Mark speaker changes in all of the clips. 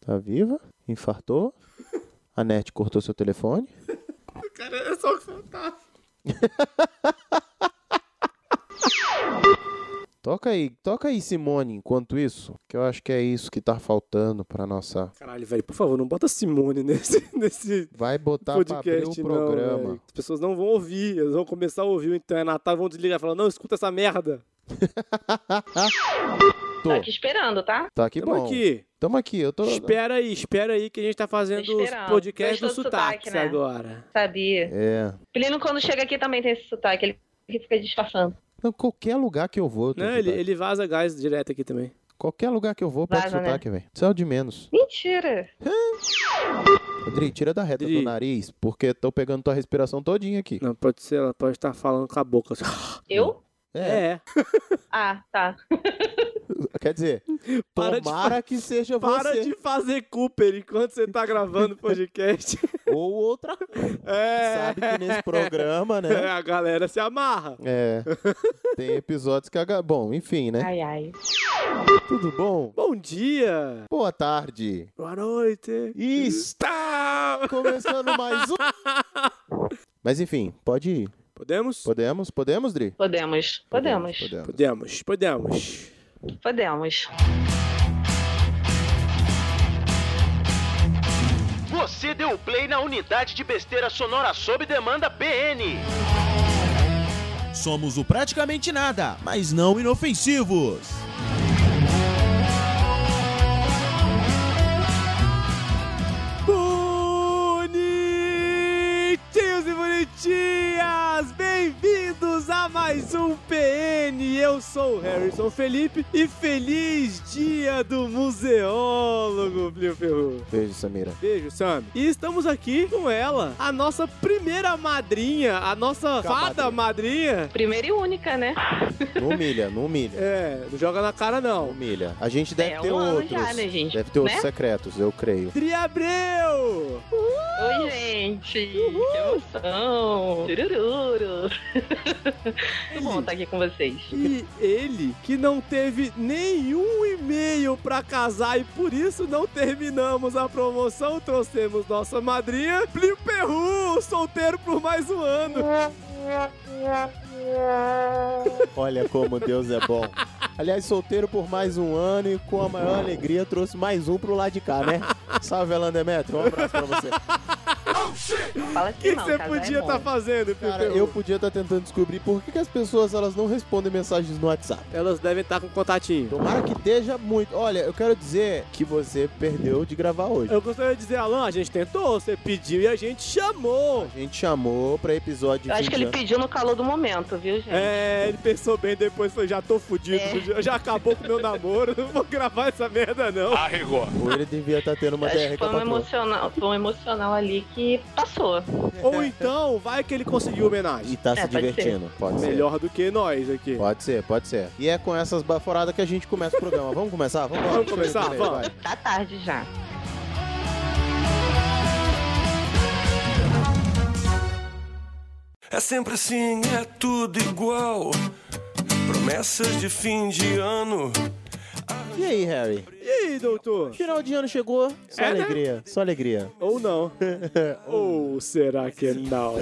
Speaker 1: Tá viva? Infartou? A net cortou seu telefone?
Speaker 2: Cara, é só o que faltava.
Speaker 1: Toca aí, toca aí, Simone, enquanto isso, que eu acho que é isso que tá faltando pra nossa.
Speaker 2: Caralho, velho, por favor, não bota Simone nesse, nesse
Speaker 1: Vai botar pra abrir o
Speaker 2: podcast, não.
Speaker 1: um programa.
Speaker 2: velho. As pessoas não vão ouvir, elas vão começar a ouvir, então é Natal, vão desligar e falar, não, escuta essa merda.
Speaker 1: Tô.
Speaker 3: Tá aqui esperando, tá?
Speaker 1: Tá aqui
Speaker 2: Tamo
Speaker 1: bom.
Speaker 2: aqui.
Speaker 1: Tamo aqui, eu tô.
Speaker 2: Espera aí, espera aí que a gente tá fazendo
Speaker 3: Tô
Speaker 2: o
Speaker 3: esperando.
Speaker 2: podcast do
Speaker 3: Gostou do sotaque,
Speaker 2: sotaque
Speaker 3: né?
Speaker 2: agora.
Speaker 3: Sabia.
Speaker 1: É.
Speaker 3: O menino, quando chega aqui, também tem esse sotaque. Ele ele fica disfarçando.
Speaker 1: Não, qualquer lugar que eu vou, eu tenho
Speaker 2: Não, Né, ele,
Speaker 1: sotaque.
Speaker 2: ele vaza gás direto aqui também.
Speaker 1: Qualquer lugar que eu vou, eu pego
Speaker 3: Vaza, né?
Speaker 1: sotaque, velho. Isso é o de menos.
Speaker 3: Mentira!
Speaker 1: Adri, tira da reta
Speaker 2: Adri.
Speaker 1: do nariz, porque tô pegando tua respiração todinha aqui.
Speaker 2: Não, pode ser, ela pode estar falando com a boca. assim.
Speaker 3: Eu?
Speaker 1: É.
Speaker 2: É.
Speaker 3: Ah, tá.
Speaker 1: Quer dizer,
Speaker 2: Para de
Speaker 1: tomara que seja
Speaker 2: Para
Speaker 1: você.
Speaker 2: de fazer Cooper enquanto você tá gravando o podcast.
Speaker 1: Ou outra
Speaker 2: É.
Speaker 1: Sabe que nesse programa, né?
Speaker 2: A galera se amarra.
Speaker 1: É. Tem episódios que. a ga- Bom, enfim, né?
Speaker 3: Ai, ai.
Speaker 1: Tudo bom?
Speaker 2: Bom dia.
Speaker 1: Boa tarde.
Speaker 2: Boa noite.
Speaker 1: Está começando mais um. Mas enfim, pode ir.
Speaker 2: Podemos?
Speaker 1: Podemos? Podemos, Dri?
Speaker 3: Podemos. Podemos. Podemos.
Speaker 1: Podemos.
Speaker 2: Podemos, podemos.
Speaker 4: Você deu play na unidade de besteira sonora sob demanda PN.
Speaker 5: Somos o praticamente nada, mas não inofensivos.
Speaker 2: Bonitinhos e bonitinhas, bem-vindos a mais um PN. Eu sou o Harrison Felipe e feliz dia do museólogo, Blio Ferru.
Speaker 1: Beijo, Samira.
Speaker 2: Beijo, Sam. E estamos aqui com ela, a nossa primeira madrinha, a nossa fada madrinha.
Speaker 3: Primeira e única, né?
Speaker 1: Não humilha, não humilha.
Speaker 2: É, não joga na cara
Speaker 1: Não
Speaker 2: não.
Speaker 1: humilha. A gente deve
Speaker 3: É,
Speaker 1: ter
Speaker 3: um ano
Speaker 1: outros.
Speaker 3: já, né, gente?
Speaker 1: Deve ter outros
Speaker 3: Né?
Speaker 1: secretos, eu creio.
Speaker 2: Triabreu!
Speaker 3: Oi, gente! Que emoção! Turururu! Muito bom estar aqui com vocês.
Speaker 2: E ele que não teve nenhum e-mail pra casar e por isso não terminamos a promoção, trouxemos nossa madrinha, Plio Perru, solteiro por mais um ano.
Speaker 1: Olha como Deus é bom. Aliás, solteiro por mais um ano e com a maior alegria trouxe mais um pro lado de cá, né? Salve, Elan Demetrio. Um abraço pra você.
Speaker 3: Fala
Speaker 2: O
Speaker 3: assim,
Speaker 2: que
Speaker 3: não,
Speaker 2: você
Speaker 3: casar
Speaker 2: podia
Speaker 3: é
Speaker 2: estar
Speaker 1: tá
Speaker 3: bom.
Speaker 2: fazendo, Plio
Speaker 1: Cara,
Speaker 2: Perru?
Speaker 1: eu podia estar tentando descobrir por que, que as pessoas elas não respondem mensagens no WhatsApp.
Speaker 2: Elas devem estar com contatinho.
Speaker 1: Tomara que esteja muito. Olha, eu quero dizer que você perdeu de gravar hoje.
Speaker 2: Eu gostaria de dizer, Alan, a gente tentou, você pediu e a gente
Speaker 1: A
Speaker 2: chamou.
Speaker 1: gente chamou pra episódio
Speaker 3: Eu acho que ele
Speaker 1: 20 anos.
Speaker 3: pediu no calor do momento, viu, gente?
Speaker 2: É, ele pensou bem depois, falou, já tô fudido,
Speaker 3: É.
Speaker 2: já- já acabou com o meu namoro, não vou gravar essa merda não.
Speaker 1: Ou ele devia estar tendo uma
Speaker 3: Acho que
Speaker 1: DR com
Speaker 3: foi
Speaker 1: a
Speaker 3: um,
Speaker 1: patroa.
Speaker 3: emocional, foi um emocional ali que passou.
Speaker 2: Ou então, vai que ele conseguiu homenagem.
Speaker 1: E tá se
Speaker 3: É, pode ser.
Speaker 1: divertindo. Pode ser.
Speaker 2: Melhor do que nós aqui.
Speaker 1: Pode ser, pode ser. E é com essas baforadas que a gente começa o programa. Vamos começar? Vamos, lá.
Speaker 2: Vamos começar?
Speaker 1: Chega de
Speaker 2: Vamos.
Speaker 1: delay, vai.
Speaker 3: Tá tarde já.
Speaker 6: É sempre assim, é tudo igual. Promessas de fim de ano.
Speaker 1: E aí, Harry?
Speaker 2: E aí, doutor?
Speaker 1: Final de ano chegou. Só
Speaker 2: É, né?
Speaker 1: alegria, só alegria.
Speaker 2: Ou não? Ou será que é não?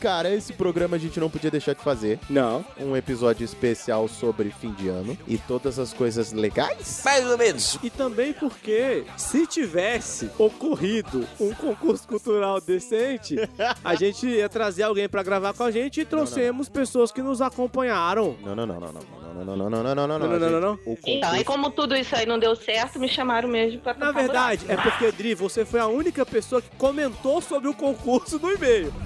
Speaker 1: Cara, esse programa a gente não podia deixar de fazer.
Speaker 2: Não.
Speaker 1: Um episódio especial sobre fim de ano e todas as coisas legais.
Speaker 6: Mais ou menos.
Speaker 2: E também porque, se tivesse ocorrido um concurso cultural decente, a gente ia trazer alguém pra gravar com a gente e trouxemos pessoas que nos acompanharam.
Speaker 1: Não, não, não, não, não, não, não, não, não, não, não, não,
Speaker 2: Não, não, não, não, não.
Speaker 1: gente. O
Speaker 3: Então, e
Speaker 1: concurso-
Speaker 3: como tudo isso aí não deu certo, me chamaram mesmo pra
Speaker 2: Na
Speaker 3: tapar
Speaker 2: verdade, é
Speaker 3: buraco.
Speaker 2: porque, Dri, você foi a única pessoa que comentou sobre o concurso no e-mail.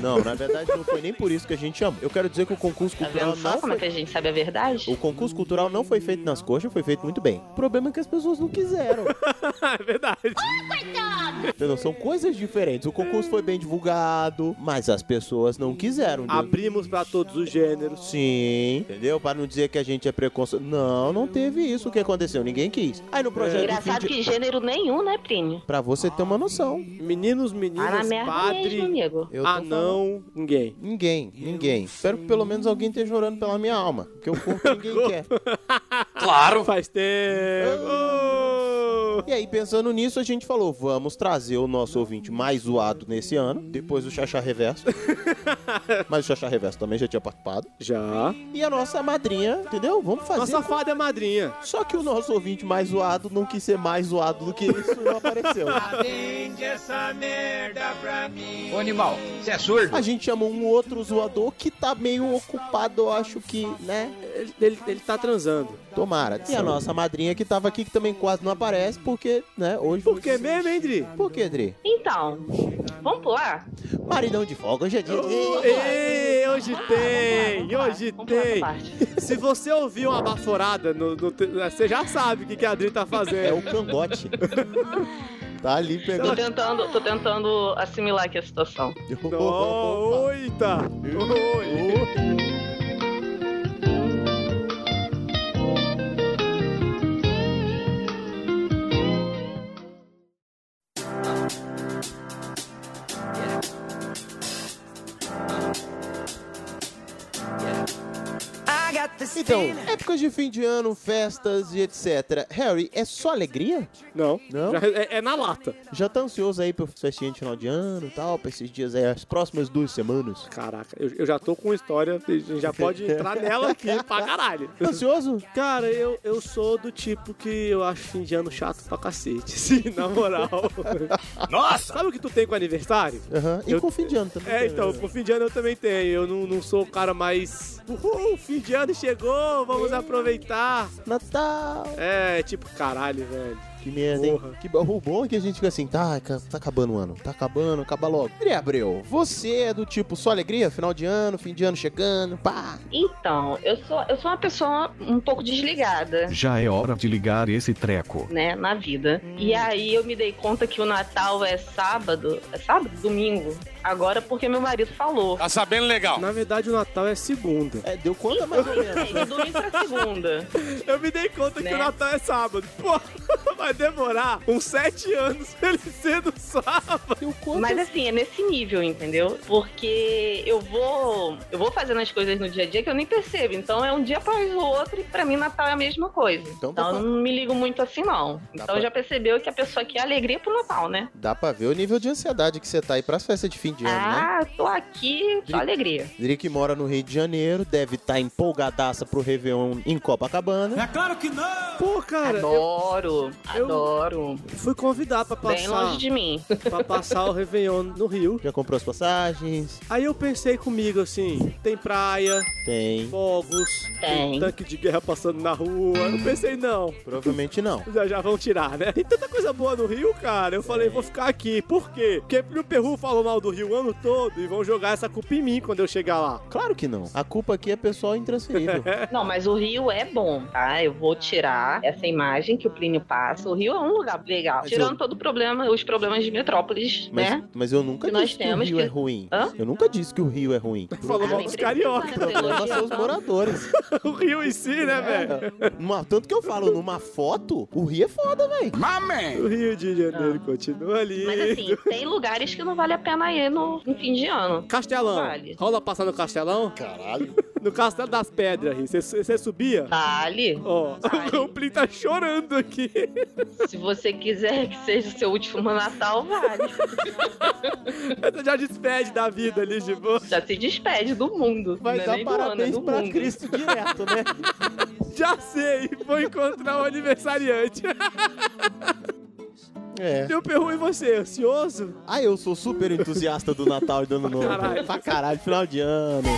Speaker 1: Não, na verdade não foi nem por isso que a gente ama. Eu quero dizer que o concurso
Speaker 3: Tá vendo
Speaker 1: cultural
Speaker 3: só
Speaker 1: não
Speaker 3: como é que
Speaker 1: foi...
Speaker 3: a gente sabe a verdade?
Speaker 1: O concurso cultural não foi feito nas coxas, foi feito muito bem. O problema é que as pessoas não quiseram.
Speaker 2: é verdade.
Speaker 1: Entendeu? São coisas diferentes. O concurso foi bem divulgado, mas as pessoas não quiseram. entendeu?
Speaker 2: Abrimos pra todos os gêneros.
Speaker 1: Sim, entendeu? Para não dizer que a gente é preconceito. Não, não teve isso. O que aconteceu? Ninguém quis. Aí no projeto de fim
Speaker 3: Engraçado
Speaker 1: de...
Speaker 3: que gênero nenhum, né, Plínio?
Speaker 1: Pra você ter uma noção.
Speaker 2: Meninos,
Speaker 3: Ah, na
Speaker 2: meninas,
Speaker 3: merda
Speaker 2: padre,
Speaker 3: mesmo, amigo.
Speaker 2: Ah,
Speaker 1: Eu tô falando.
Speaker 2: anão, ninguém.
Speaker 1: Ninguém, ninguém. Espero que pelo menos alguém esteja orando pela minha alma. Porque o corpo ninguém quer.
Speaker 6: Claro.
Speaker 2: Faz tempo. Ah.
Speaker 1: E aí, pensando nisso, a gente falou: vamos trazer o nosso ouvinte mais zoado nesse ano, depois o Xaxá Reverso. Mas o Xaxá Reverso também já tinha participado.
Speaker 2: Já.
Speaker 1: E a nossa madrinha, entendeu? Vamos fazer.
Speaker 2: Nossa fada é madrinha.
Speaker 1: Só que o nosso ouvinte mais zoado não quis ser mais zoado do que isso e não apareceu.
Speaker 7: Ô, animal, você é surdo?
Speaker 1: A gente chamou um outro zoador que tá meio ocupado, eu acho que, né?
Speaker 2: Ele, ele, ele tá transando.
Speaker 1: Tomara. E a nossa madrinha que tava aqui, que também quase não aparece, porque, né, hoje.
Speaker 2: Por que mesmo, hein, Dri?
Speaker 1: Por que, Dri?
Speaker 3: Então, vamos pular?
Speaker 1: Maridão de folga, hoje é dia.
Speaker 2: Ei, hoje tem,
Speaker 3: Vamos
Speaker 2: hoje
Speaker 3: pular essa
Speaker 2: tem.
Speaker 3: parte.
Speaker 2: Se você ouvir uma baforada, no, no te- você já sabe o que, que a Adri tá
Speaker 1: É
Speaker 2: fazendo.
Speaker 1: o cangote. tá ali
Speaker 3: Tô
Speaker 1: pegando.
Speaker 3: tentando, tô tentando assimilar aqui a situação.
Speaker 2: Oh, oita! Oi!
Speaker 1: Então, épocas de fim de ano, festas e etc. Harry, é só alegria?
Speaker 2: Não,
Speaker 1: Não?
Speaker 2: já- é, é na lata.
Speaker 1: Já tá ansioso aí pra festinha de final de ano e tal, pra esses dias aí, as próximas duas semanas?
Speaker 2: Caraca, eu, eu já tô com uma história, a gente já pode entrar nela aqui pra caralho.
Speaker 1: Tá Ansioso?
Speaker 2: Cara, eu, eu sou do tipo que eu acho fim de ano chato pra cacete, sim, na moral. Nossa! Sabe o que tu tem com aniversário?
Speaker 1: Aham. E
Speaker 2: Eu-
Speaker 1: com fim de ano também.
Speaker 2: É,
Speaker 3: Uhum.
Speaker 2: então, pro fim de ano eu também tenho. Eu não, não sou o cara mais. Uhul, fim de ano chegou, vamos
Speaker 3: Uhum.
Speaker 2: aproveitar.
Speaker 1: Natal!
Speaker 2: É, tipo, caralho, velho.
Speaker 1: Que merda, hein?
Speaker 2: Porra.
Speaker 1: Que, bo- o bom é que a gente fica assim, tá, ca- tá acabando o ano, tá acabando, acaba logo. André Abreu, você é do tipo só alegria? Final de ano, fim de ano chegando, pá.
Speaker 3: Então, eu sou, eu sou uma pessoa um pouco desligada.
Speaker 8: Já é hora de ligar esse treco.
Speaker 3: Né, na vida. E
Speaker 2: Hum.
Speaker 3: aí eu me dei conta que o Natal é sábado. É sábado? Domingo. Agora porque meu marido falou.
Speaker 6: Tá sabendo legal.
Speaker 2: Na verdade, o Natal é segunda.
Speaker 1: É, deu conta mais ou menos.
Speaker 3: De domingo É, pra segunda.
Speaker 2: Eu me dei conta que
Speaker 3: Né?
Speaker 2: o Natal é sábado. Pô, vai demorar uns sete anos pra ele ser no sábado.
Speaker 1: Deu conta.
Speaker 3: Mas assim, é nesse nível, entendeu? Porque eu vou. Eu vou fazendo as coisas no dia a dia que eu nem percebo. Então é um dia após o outro e pra mim Natal é a mesma coisa.
Speaker 1: Então
Speaker 3: Então,
Speaker 1: tá
Speaker 3: eu não me ligo muito assim, não. Então
Speaker 1: pra-
Speaker 3: já percebeu que a pessoa quer alegria pro Natal, né?
Speaker 1: Dá pra ver o nível de ansiedade que você tá aí pras festas de fim de ano, né?
Speaker 3: Ah, tô aqui, só alegria.
Speaker 1: Dri que mora no Rio de Janeiro, deve estar tá empolgadaça pro Réveillon em Copacabana.
Speaker 2: Pô, cara, eu
Speaker 3: Adoro,
Speaker 2: eu-
Speaker 3: adoro.
Speaker 2: fui convidar pra
Speaker 3: É Bem longe
Speaker 2: passar,
Speaker 3: de mim.
Speaker 2: pra passar o Réveillon no Rio.
Speaker 1: Já comprou as passagens?
Speaker 2: Aí eu pensei comigo assim: tem praia,
Speaker 1: Tem.
Speaker 2: fogos,
Speaker 3: Tem.
Speaker 2: tanque de guerra passando na rua. Eu pensei, não.
Speaker 1: Provavelmente não.
Speaker 2: Já, já vão tirar, né? Tem tanta coisa boa no Rio, cara. Eu falei, vou ficar aqui. Por quê? Porque o Peru falou mal do Rio o ano todo e vão jogar essa culpa em mim quando eu chegar lá.
Speaker 1: Claro que não. A culpa aqui é pessoal intransferível.
Speaker 3: Não, mas o Rio é bom, tá? Eu vou tirar essa imagem que o Plínio passa. O Rio é um lugar legal.
Speaker 1: Mas
Speaker 3: Tirando
Speaker 1: eu-
Speaker 3: todo o problema, os problemas de metrópoles,
Speaker 1: Mas,
Speaker 3: né?
Speaker 1: mas eu nunca
Speaker 3: Que nós
Speaker 1: disse que o
Speaker 3: temos
Speaker 1: Rio
Speaker 3: que-
Speaker 1: é ruim.
Speaker 3: Hã?
Speaker 1: Eu nunca disse que o Rio é ruim.
Speaker 2: Falou
Speaker 3: Ah,
Speaker 2: mal
Speaker 3: mas
Speaker 2: dos
Speaker 3: precisa
Speaker 2: carioca.
Speaker 3: fazer
Speaker 1: Mas são né? os
Speaker 3: elogiando.
Speaker 1: moradores.
Speaker 2: O Rio em si,
Speaker 3: É.
Speaker 2: né, velho?
Speaker 1: Numa- tanto que eu falo, numa foto, o Rio é foda, velho.
Speaker 2: O Rio de Janeiro continua ali.
Speaker 3: Ah. Mas assim, tem lugares que não vale a pena ir no, no fim de ano.
Speaker 2: Castelão.
Speaker 3: Vale.
Speaker 2: Rola passar no Castelão?
Speaker 1: Caralho.
Speaker 2: No Castelo das Pedras, Rio. Você subia?
Speaker 3: Vale.
Speaker 2: Ó,
Speaker 3: Vale.
Speaker 2: o Plin tá chorando aqui.
Speaker 3: Se você quiser que seja o seu último Natal, vale.
Speaker 2: Já despede da vida ali de boa.
Speaker 3: Já se despede do mundo.
Speaker 1: Vai
Speaker 3: Não é
Speaker 1: dar
Speaker 3: nem do ano, é
Speaker 1: parabéns
Speaker 3: do
Speaker 1: pra
Speaker 3: mundo.
Speaker 1: Cristo direto, né?
Speaker 2: Já sei, vou encontrar o aniversariante.
Speaker 1: É.
Speaker 2: Meu Peru e você, ansioso?
Speaker 1: Ah, eu sou super entusiasta do Natal e do Ano Novo.
Speaker 2: caralho.
Speaker 1: Pra caralho, final de ano.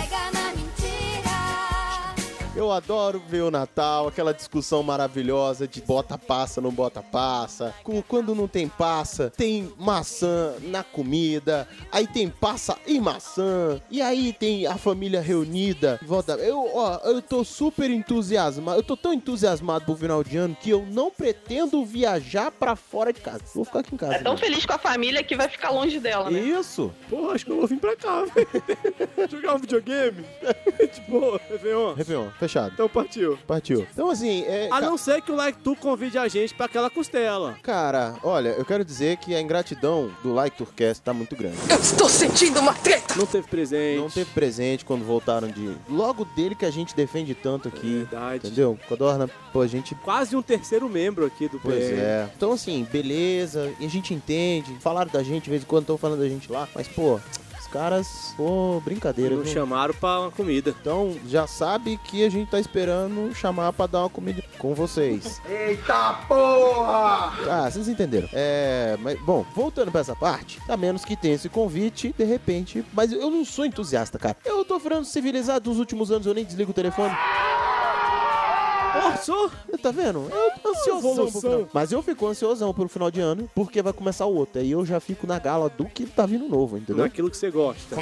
Speaker 1: Eu adoro ver o Natal, aquela discussão maravilhosa de bota passa, não bota passa. Cu- Quando não tem passa, tem maçã na comida, aí tem passa e maçã, e aí tem a família reunida. Volta. Eu, ó, eu tô super entusiasmado, eu tô tão entusiasmado pro final de ano que eu não pretendo viajar pra fora de casa. Vou ficar aqui em casa.
Speaker 3: É tão
Speaker 1: mesmo.
Speaker 3: feliz com a família que vai ficar longe dela, né?
Speaker 1: Isso!
Speaker 2: Pô, acho que eu vou vir pra cá, velho. Jogar um videogame? tipo, Réveillon.
Speaker 1: Réveillon, fechado.
Speaker 2: Então partiu.
Speaker 1: Partiu. Então, assim, é.
Speaker 2: A não ser que o Like Tu convide a gente pra aquela costela.
Speaker 1: Cara, olha, eu quero dizer que a ingratidão do Like Tourcast tá muito grande.
Speaker 2: Não teve presente.
Speaker 1: Não teve presente quando voltaram de. Logo dele que a gente defende tanto aqui.
Speaker 2: Verdade.
Speaker 1: Entendeu? Codorna, pô, a gente.
Speaker 2: Quase um terceiro membro aqui do
Speaker 1: Pois
Speaker 2: PN.
Speaker 1: é. Então, assim, beleza. E a gente entende. Falaram da gente de vez em quando, estão falando da gente lá. Mas, pô, os caras, pô, brincadeira.
Speaker 2: Não
Speaker 1: viu?
Speaker 2: chamaram pra uma comida.
Speaker 1: Então, já sabe que a gente tá esperando chamar pra dar uma comida com vocês. Eita porra! Ah, vocês entenderam. É, mas, bom, voltando pra essa parte, a menos que tenha esse convite, de repente. Mas eu não sou entusiasta, cara. Eu tô virando civilizado nos últimos anos, eu nem desligo o telefone.
Speaker 2: Porçou?
Speaker 1: Tá vendo? Eu tô ansiosão pro
Speaker 2: Evolução.
Speaker 1: final. Mas eu fico ansiosão pelo final de ano, porque vai começar o outro. Aí eu já fico na gala do que tá vindo novo, entendeu?
Speaker 2: Naquilo é que você gosta.
Speaker 9: é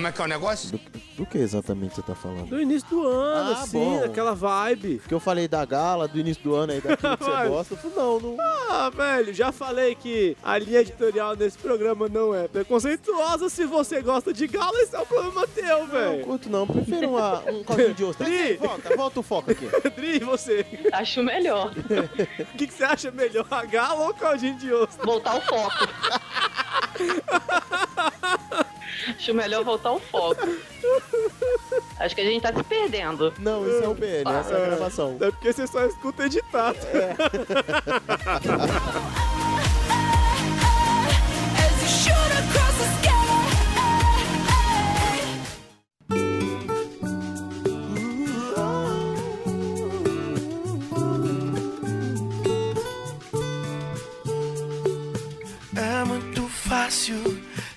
Speaker 1: Do, do que exatamente você tá falando?
Speaker 2: Do início do ano,
Speaker 1: Ah,
Speaker 2: assim,
Speaker 1: bom.
Speaker 2: aquela vibe.
Speaker 1: Porque eu falei da gala, do início do ano aí, daquilo que você
Speaker 2: Vai.
Speaker 1: gosta. Eu falei, não, não.
Speaker 2: Ah, velho, já falei que a linha editorial desse programa não é preconceituosa. Se você gosta de gala, esse é um problema teu,
Speaker 1: Não,
Speaker 2: velho.
Speaker 1: curto não, prefiro uma- um caldinho de ostra.
Speaker 2: Pri!
Speaker 1: Volta, volta o foco aqui.
Speaker 2: Dri, você,
Speaker 3: Acho melhor
Speaker 2: o que, que você acha melhor, a gala ou o caldinho de osso?
Speaker 3: voltar o foco. Acho melhor voltar o foco. Acho que a gente tá se perdendo.
Speaker 1: Não, isso é o PN, essa é a gravação.
Speaker 2: É porque você só escuta editado.
Speaker 6: É muito fácil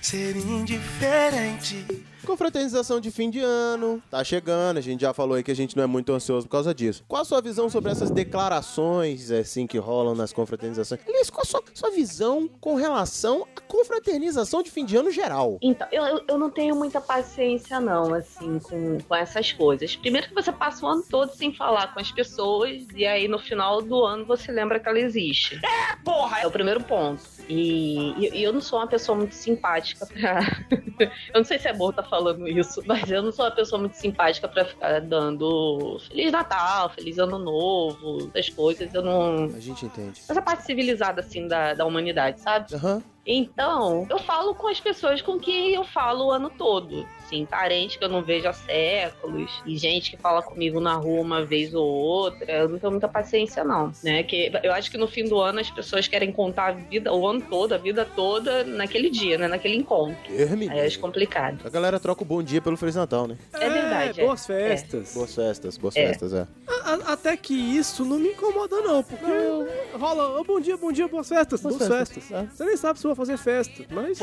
Speaker 6: ser indiferente.
Speaker 1: Confraternização de fim de ano, tá chegando, a gente já falou aí que a gente não é muito ansioso por causa disso. Qual a sua visão sobre essas declarações, assim, que rolam nas confraternizações? Aliás, qual a sua, sua visão com relação à confraternização de fim de ano geral?
Speaker 3: Então, eu- eu, eu não tenho muita paciência, não, assim, com, com essas coisas. Primeiro que você passa o ano todo sem falar com as pessoas, e aí no final do ano você lembra que ela existe. É, porra! É o primeiro ponto. E, e- e eu não sou uma pessoa muito simpática pra. eu não sei se é bom estar falando isso, mas eu não sou uma pessoa muito simpática pra ficar dando Feliz Natal, Feliz Ano Novo, essas coisas. Eu não.
Speaker 1: A gente entende.
Speaker 3: Essa parte civilizada, assim, da, da humanidade, sabe?
Speaker 1: Aham.
Speaker 3: Então, eu falo com as pessoas com quem eu falo o ano todo. Sim, parente que eu não vejo há séculos. E gente que fala comigo na rua uma vez ou outra. Eu não tenho muita paciência, não. Né? Que eu acho que no fim do ano as pessoas querem contar a vida, o ano todo, a vida toda, naquele dia, né? Naquele encontro.
Speaker 1: Deus me
Speaker 3: Aí eu acho
Speaker 1: livre.
Speaker 3: complicado.
Speaker 1: A galera troca o bom dia pelo Feliz Natal, né?
Speaker 3: É verdade, é.
Speaker 2: Boas festas.
Speaker 1: Boas festas, boas
Speaker 3: É.
Speaker 1: festas, é.
Speaker 2: A- a- até que isso não me incomoda, não, porque rola "Ô, bom dia, bom dia, boas festas, boas, festas.
Speaker 1: é.
Speaker 2: Você nem sabe se eu vou fazer festa, mas.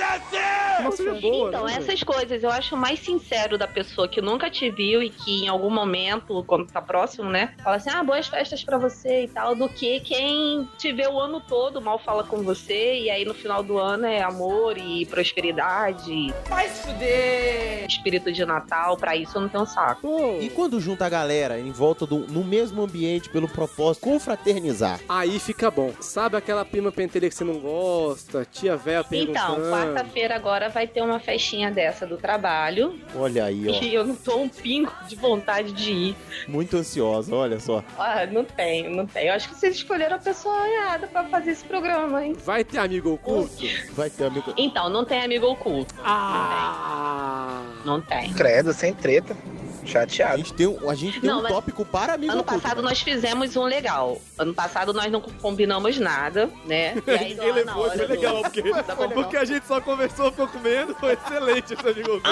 Speaker 2: Foda-se! Mas seja boa.
Speaker 3: Então,
Speaker 2: né, velho?
Speaker 3: essas coisas eu acho mais sincero da pessoa que nunca te viu e que em algum momento, quando tá próximo, né? Fala assim, ah, boas festas pra você e tal, do que quem te vê o ano todo, mal fala com você, e aí no final do ano é amor e prosperidade. Vai fuder! Espírito de Natal, pra isso eu não tenho saco.
Speaker 2: Pô,
Speaker 1: E quando junta a galera em volta do, no mesmo ambiente pelo propósito confraternizar?
Speaker 2: Aí fica bom. Sabe aquela prima pentelha que você não gosta, tia véia
Speaker 3: Então,
Speaker 2: perguntando.
Speaker 3: quarta-feira agora vai ter uma festinha dessa do trabalho
Speaker 1: Olha aí, ó.
Speaker 3: e eu não tô um pingo de vontade de ir.
Speaker 1: Muito ansiosa, olha só.
Speaker 3: Ah, não tenho, não tenho. Eu acho que vocês escolheram a pessoa errada pra fazer esse programa, hein?
Speaker 2: Vai ter amigo oculto?
Speaker 1: Vai ter amigo.
Speaker 3: Então, não tem amigo oculto.
Speaker 2: Ah!
Speaker 3: Não tem.
Speaker 7: Credo, sem treta.
Speaker 1: A
Speaker 7: Chateado.
Speaker 1: gente tem, um- a gente tem
Speaker 3: É. Não,
Speaker 1: um
Speaker 3: mas-
Speaker 1: tópico para amigo
Speaker 3: Ano
Speaker 1: oculto,
Speaker 3: passado
Speaker 1: né?
Speaker 3: nós fizemos um legal. Ano passado nós não combinamos nada, né? E aí lá
Speaker 2: Ninguém levou,
Speaker 3: hora
Speaker 2: foi
Speaker 3: do- Tá
Speaker 2: legal, porque,
Speaker 3: da convocação-
Speaker 2: porque a gente só conversou, ficou comendo, foi excelente esse amigo oculto.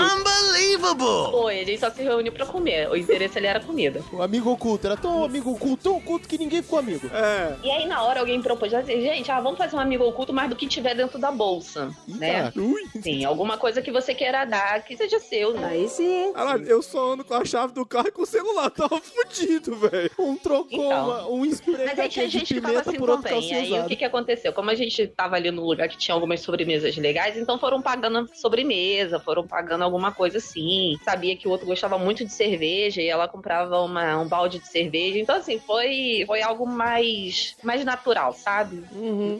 Speaker 3: Foi, a gente só se reuniu pra comer. O interesse ali era comida.
Speaker 1: O amigo oculto era tão amigo oculto, tão oculto que ninguém ficou amigo.
Speaker 2: É.
Speaker 3: E aí na hora alguém propôs assim, gente, ah, vamos fazer um amigo oculto mais do que tiver dentro da bolsa,
Speaker 1: Ih,
Speaker 3: né?
Speaker 1: caraca. Ui.
Speaker 3: Sim, alguma coisa que você queira dar, que seja seu. né? Aí
Speaker 2: Caralho, eu só ando com a chave do carro e com o celular. Tava fudido, velho.
Speaker 1: Um trocou
Speaker 3: Então.
Speaker 1: uma- um spray
Speaker 3: Mas aí tinha
Speaker 1: daquele de
Speaker 3: gente que tava
Speaker 1: pimenta
Speaker 3: assim
Speaker 1: por outro
Speaker 3: também.
Speaker 1: calcinha
Speaker 3: Aí o
Speaker 1: usado.
Speaker 3: que, que aconteceu? Como a gente tava ali num lugar que tinha algumas sobremesas legais, então foram pagando sobremesa, foram pagando alguma coisa assim. Sabia que o outro gostava muito de cerveja e ela comprava uma- um balde de cerveja. Então, assim, foi, foi algo mais, mais natural, sabe?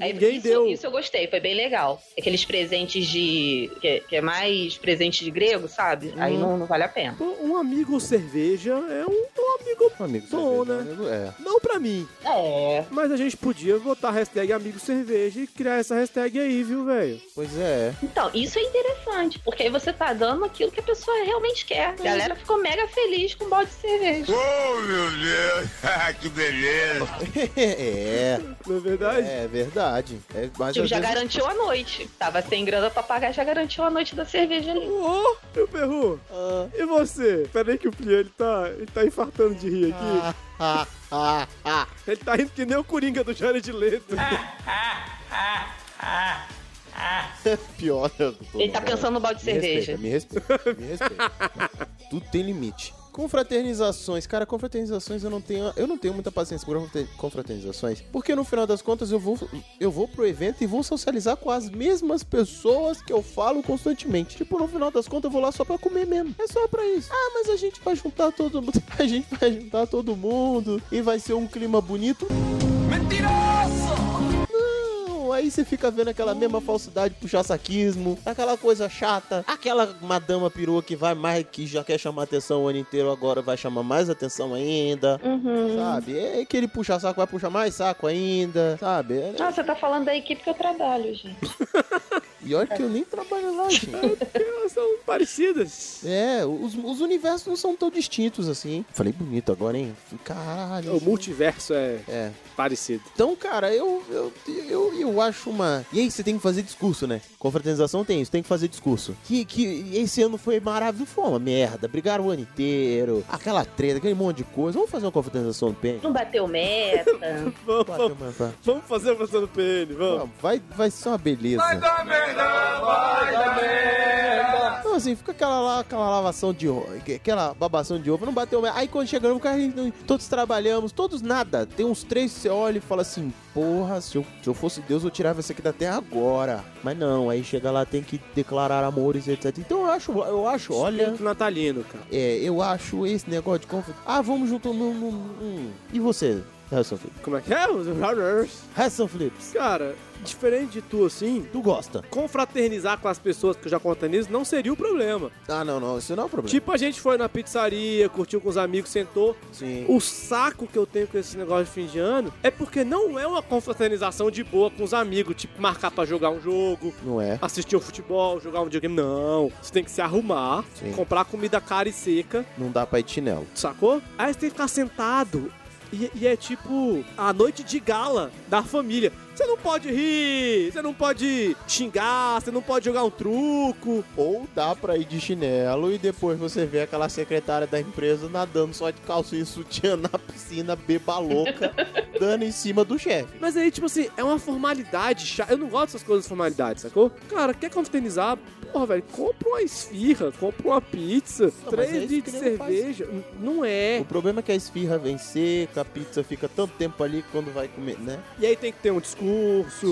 Speaker 3: Aí,
Speaker 2: Ninguém
Speaker 3: isso,
Speaker 2: deu.
Speaker 3: Isso eu gostei, foi bem legal. Aqueles presentes de. que, que é mais presente de grego, sabe? Aí não, não vale a pena.
Speaker 2: Pô, um amigo amigo cerveja é um, um amigo
Speaker 1: Amigo,
Speaker 2: bom,
Speaker 1: cerveja,
Speaker 2: né?
Speaker 1: amigo, É.
Speaker 2: Não pra mim,
Speaker 3: É.
Speaker 2: mas a gente podia botar a hashtag amigo cerveja e criar essa hashtag aí, viu, velho?
Speaker 1: Pois é.
Speaker 3: Então, isso é interessante, porque aí você tá dando aquilo que a pessoa realmente quer. A galera ficou mega feliz com o balde de cerveja.
Speaker 1: é.
Speaker 2: Não é verdade?
Speaker 1: É verdade. É, mas
Speaker 3: Tipo,
Speaker 1: às
Speaker 3: já
Speaker 1: vezes-
Speaker 3: garantiu a noite. Tava sem grana pra pagar, já garantiu a noite da cerveja ali.
Speaker 2: Ô, meu perru,
Speaker 1: Ah,
Speaker 2: e você? Peraí que o Plio, ele tá, ele tá infartando de rir aqui.
Speaker 1: ah, ah, ah.
Speaker 2: Ele tá rindo que nem o Coringa do Jared Leto.
Speaker 1: É. Pior. eu tô-
Speaker 3: Ele tá pensando no balde de
Speaker 1: me
Speaker 3: cerveja.
Speaker 1: Respeita, me respeita, me respeita. Tudo tem limite. Confraternizações, cara, confraternizações eu não tenho, eu não tenho muita paciência com confrater- confraternizações, porque no final das contas eu vou eu vou pro evento e vou socializar com as mesmas pessoas que eu falo constantemente. Tipo, no final das contas eu vou lá só pra comer mesmo. É só pra isso. Ah, mas a gente vai juntar todo mundo, a gente vai juntar todo mundo e vai ser um clima bonito. Não, Aí você fica vendo aquela mesma falsidade, puxar saquismo, aquela coisa chata, aquela madama perua que vai mais, que já quer chamar atenção o ano inteiro, agora vai chamar mais atenção ainda,
Speaker 3: Uhum.
Speaker 1: sabe? É que ele puxa saco, vai puxar mais saco ainda, sabe? É-
Speaker 3: Ah, você tá falando da equipe que eu trabalho, gente.
Speaker 1: E olha que eu nem trabalho lá, gente.
Speaker 2: Elas são parecidas.
Speaker 1: É, os, os universos não são tão distintos assim. Falei bonito agora, hein? Caralho.
Speaker 2: O multiverso é
Speaker 1: É.
Speaker 2: parecido.
Speaker 1: Então, cara, eu, eu, eu, eu acho uma. E aí, você tem que fazer discurso, né? Confraternização tem isso, tem que fazer discurso. Que, que esse ano foi maravilhoso, foi uma merda. Brigaram o ano inteiro, aquela treta, aquele monte de coisa. Vamos fazer uma confraternização do PN?
Speaker 3: Não bateu meta.
Speaker 2: Vamos,
Speaker 1: Bateu,
Speaker 2: vamos,
Speaker 1: mano, tá.
Speaker 2: vamos fazer a versão do PN, vamos.
Speaker 1: Vai, vai ser uma beleza. Vai dar merda, vai dar merda. Então, assim, fica aquela, lá, aquela lavação de ovo, aquela babação de ovo, não bateu merda. Aí quando chegamos, o cara, todos trabalhamos, todos nada. Tem uns três que você olha e fala assim, porra, se eu, se eu fosse Deus, eu tirava isso aqui da terra agora. Mas não, aí chega lá, tem que declarar amores, etc. Então eu acho, eu acho, olha...
Speaker 2: Espírito um natalino, cara.
Speaker 1: É, eu acho esse negócio de conflito. Ah, vamos junto num. num- num- E você, Harrison Flips?
Speaker 2: Como é que é? Os Runners.
Speaker 1: Harrison Flips,
Speaker 2: Cara, diferente de tu, assim,
Speaker 1: tu gosta?
Speaker 2: confraternizar com as pessoas que eu já contanizo não seria o problema.
Speaker 1: Ah, não, não, isso não é um problema.
Speaker 2: Tipo, a gente foi na pizzaria, curtiu com os amigos, sentou.
Speaker 1: Sim.
Speaker 2: O saco que eu tenho com esse negócio de fim de ano é porque não é uma confraternização de boa com os amigos, tipo, marcar pra jogar um jogo,
Speaker 1: Não é.
Speaker 2: assistir um futebol, jogar um videogame. Não, você tem que se arrumar,
Speaker 1: Sim.
Speaker 2: comprar comida cara e seca,
Speaker 1: Não dá pra ir de chinelo.
Speaker 2: sacou? Aí você tem que ficar sentado. E, e é tipo a noite de gala da família. Você não pode rir, você não pode xingar, você não pode jogar um truco.
Speaker 1: Ou dá pra ir de chinelo e depois você vê aquela secretária da empresa nadando só de calcinha e sutiã na piscina, beba louca, dando em cima do chefe.
Speaker 2: Mas aí, tipo assim, é uma formalidade chata. Eu não gosto dessas coisas de formalidade, sacou? Cara, quer confraternizar? Porra, velho, compra uma esfirra, compra uma pizza,
Speaker 1: mas é
Speaker 2: três
Speaker 1: isso
Speaker 2: litros de
Speaker 1: que nego faz.
Speaker 2: cerveja. N- Não é.
Speaker 1: O problema é que a esfirra vem seca, a pizza fica tanto tempo ali que quando vai comer, né?
Speaker 2: E aí tem que ter um discurso,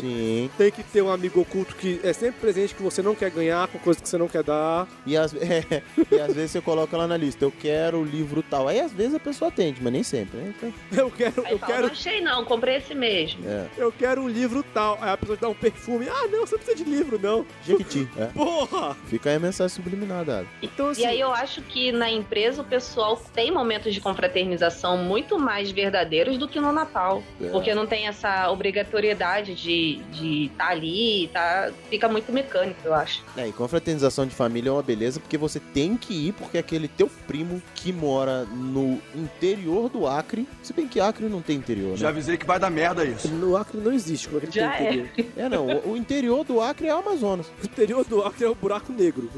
Speaker 1: Sim.
Speaker 2: tem que ter um amigo oculto que é sempre presente, que você não quer ganhar, com coisa que você não quer dar.
Speaker 1: E às, é, e às vezes você coloca lá na lista, eu quero o livro tal. Aí às vezes a pessoa atende, mas nem sempre, né? Então,
Speaker 2: Eu quero,
Speaker 3: Aí
Speaker 2: eu
Speaker 3: fala,
Speaker 2: quero,
Speaker 3: não achei não, comprei esse mesmo.
Speaker 1: é.
Speaker 2: eu quero um livro tal. Aí a pessoa te dá um perfume. Ah, não, você não precisa de livro, não.
Speaker 1: Jequiti. É.
Speaker 2: Porra!
Speaker 1: Fica aí a mensagem subliminada. Adam.
Speaker 2: Então, assim,
Speaker 3: E aí eu acho que na empresa o pessoal tem momentos de confraternização muito mais verdadeiros do que no Natal.
Speaker 1: É.
Speaker 3: Porque não tem essa obrigatoriedade de estar de tá ali, tá, fica muito mecânico, eu acho.
Speaker 1: É, e confraternização de família é uma beleza porque você tem que ir, porque aquele teu primo que mora no interior do Acre, se bem que Acre não tem interior, né?
Speaker 6: avisei que vai dar merda isso.
Speaker 2: no Acre não existe, como é que ele
Speaker 3: Já
Speaker 2: tem
Speaker 3: é.
Speaker 2: interior?
Speaker 1: É, não, o, o interior do Acre é o Amazonas.
Speaker 2: O interior do Acre é o buraco negro.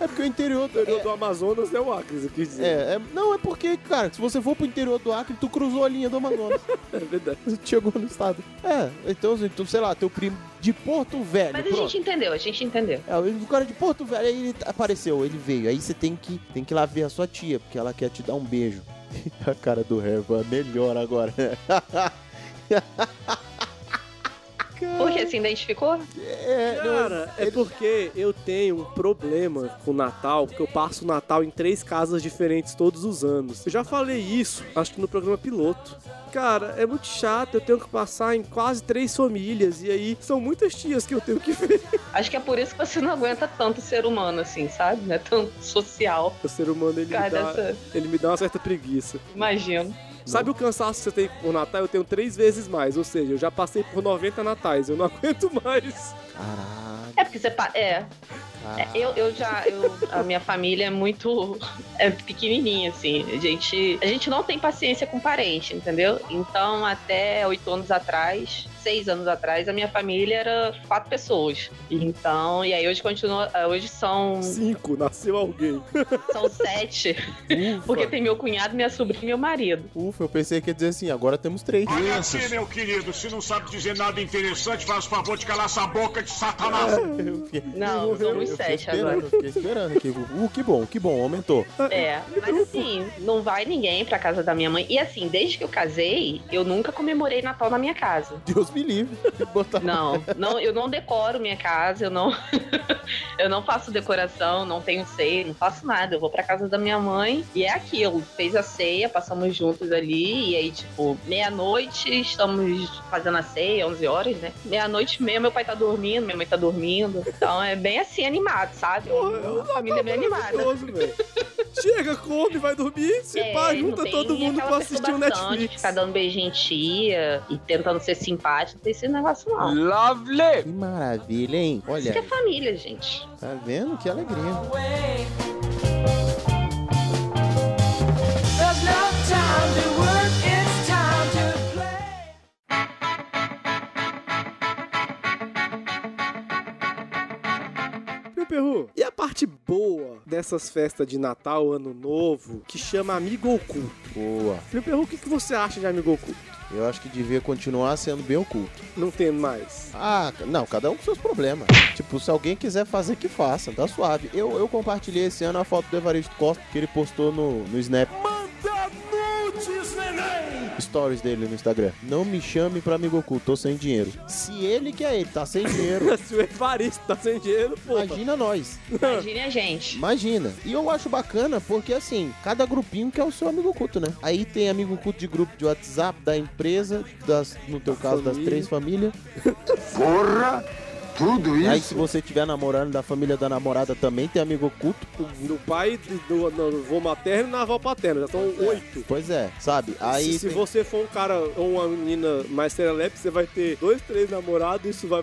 Speaker 1: É porque o interior do...
Speaker 2: O interior do Amazonas é o Acre, isso eu quis dizer.
Speaker 1: É, é- não, é porque, cara, se você for pro interior do Acre, tu cruzou a linha do Amazonas.
Speaker 2: É, verdade.
Speaker 1: Tu Chegou no estado. É, então, assim, tu, sei lá, teu primo de Porto Velho,
Speaker 3: Mas a
Speaker 1: pronto.
Speaker 3: gente entendeu, a gente entendeu.
Speaker 1: É, o cara de Porto Velho, aí ele apareceu, ele veio. Aí você tem que, tem que ir lá ver a sua tia, porque ela quer te dar um beijo. a é cara do Herba melhor agora.
Speaker 3: Por que se identificou?
Speaker 1: É, não,
Speaker 2: Cara, é porque eu tenho um problema com o Natal, porque eu passo o Natal em três casas diferentes todos os anos. Eu já falei isso, acho que no programa piloto. Cara, é muito chato, eu tenho que passar em quase três famílias, e aí são muitas tias que eu tenho que ver.
Speaker 3: Acho que é por isso que você não aguenta tanto ser humano, assim, sabe? Não é tão social.
Speaker 2: O ser humano, ele,
Speaker 3: Cara,
Speaker 2: me, dá,
Speaker 3: dessa...
Speaker 2: ele me dá uma certa preguiça.
Speaker 3: imagino.
Speaker 2: Sabe o cansaço que você tem por Natal? Eu tenho três vezes mais, ou seja, eu já passei por 90 natais, eu não aguento mais.
Speaker 1: Caralho,
Speaker 3: É porque você. pa- É, É, eu, eu já. eu- a minha família é muito é pequenininha, assim. A gente, a gente não tem paciência com parente, entendeu? Então, até oito anos atrás, seis anos atrás, a minha família era quatro pessoas. Então, e aí hoje continua. é, Hoje são,
Speaker 2: Cinco, nasceu alguém.
Speaker 3: são sete,
Speaker 1: ufa.
Speaker 3: porque tem meu cunhado, minha sobrinha e meu marido.
Speaker 1: Ufa, eu pensei que ia dizer assim, agora temos três.
Speaker 10: aqui, meu querido, se não sabe dizer nada interessante, faz o favor de calar essa boca de satanás.
Speaker 1: Eu fiquei-
Speaker 3: Não,
Speaker 1: eu-
Speaker 3: somos
Speaker 1: eu fiquei
Speaker 3: sete
Speaker 1: esperando,
Speaker 3: agora.
Speaker 1: Eu fiquei esperando aqui. Uh, que bom, que bom, aumentou.
Speaker 3: É, mas assim, não vai ninguém pra casa da minha mãe. E assim, desde que eu casei, eu nunca comemorei Natal na minha casa.
Speaker 1: Deus me livre. Botar...
Speaker 3: Não, não, eu não decoro minha casa, eu não, eu não faço decoração, não tenho ceia, não faço nada. Eu vou pra casa da minha mãe e é aquilo. Fez a ceia, passamos juntos ali e aí, tipo, meia-noite, estamos fazendo a ceia, 11 horas, né? Meia-noite mesmo, meu pai tá dormindo, minha mãe tá dormindo. Então é bem assim, animado, sabe? Uma família é bem animada.
Speaker 2: Maravilhoso, velho. Chega, come, vai dormir, se
Speaker 3: É,
Speaker 2: pá,
Speaker 3: não
Speaker 2: junta
Speaker 3: tem
Speaker 2: todo mundo
Speaker 3: aquela
Speaker 2: pra assistir o
Speaker 3: perturbação de
Speaker 2: Netflix.
Speaker 3: Ficar dando beijinho em tia e tentando ser simpático, não tem esse negócio não.
Speaker 7: Lovely!
Speaker 1: Que maravilha, hein?
Speaker 3: Isso
Speaker 1: Olha,
Speaker 3: que é família, gente.
Speaker 1: tá vendo? Que alegria.
Speaker 3: um.
Speaker 2: Meu perru, e a parte boa dessas festas de Natal, Ano Novo, que chama Amigo Oculto?
Speaker 1: Boa.
Speaker 2: Meu perru, o que, que você acha de Amigo Oculto?
Speaker 1: Eu acho que devia continuar sendo bem oculto.
Speaker 2: Não tendo mais.
Speaker 1: Ah, não, cada um com seus problemas. Tipo, se alguém quiser fazer, que faça, tá suave. Eu, eu compartilhei esse ano a foto do Evaristo Costa que ele postou no, no Snap. Manda neném! Stories dele no Instagram. Não me chame pra amigo oculto, tô sem dinheiro. Se ele que é ele, tá sem dinheiro.
Speaker 2: Se o Evaristo tá sem dinheiro, pô.
Speaker 1: Imagina nós.
Speaker 3: Imagine a gente.
Speaker 1: Imagina. E eu acho bacana porque, assim, cada grupinho quer o seu amigo oculto, né? Aí tem amigo oculto de grupo de WhatsApp, da empresa, das, no teu
Speaker 2: Da
Speaker 1: caso, das
Speaker 2: família.
Speaker 1: três famílias.
Speaker 10: Porra, tudo
Speaker 1: Aí, se você tiver namorando da família da namorada, também tem amigo oculto.
Speaker 2: Do pai, do, do, do avô materno e na avó paterna, já são oito.
Speaker 1: Pois é, sabe? Aí.
Speaker 2: se, se
Speaker 1: tem-
Speaker 2: você for um cara ou uma menina mais serelepe, você vai ter dois, três namorados, isso vai...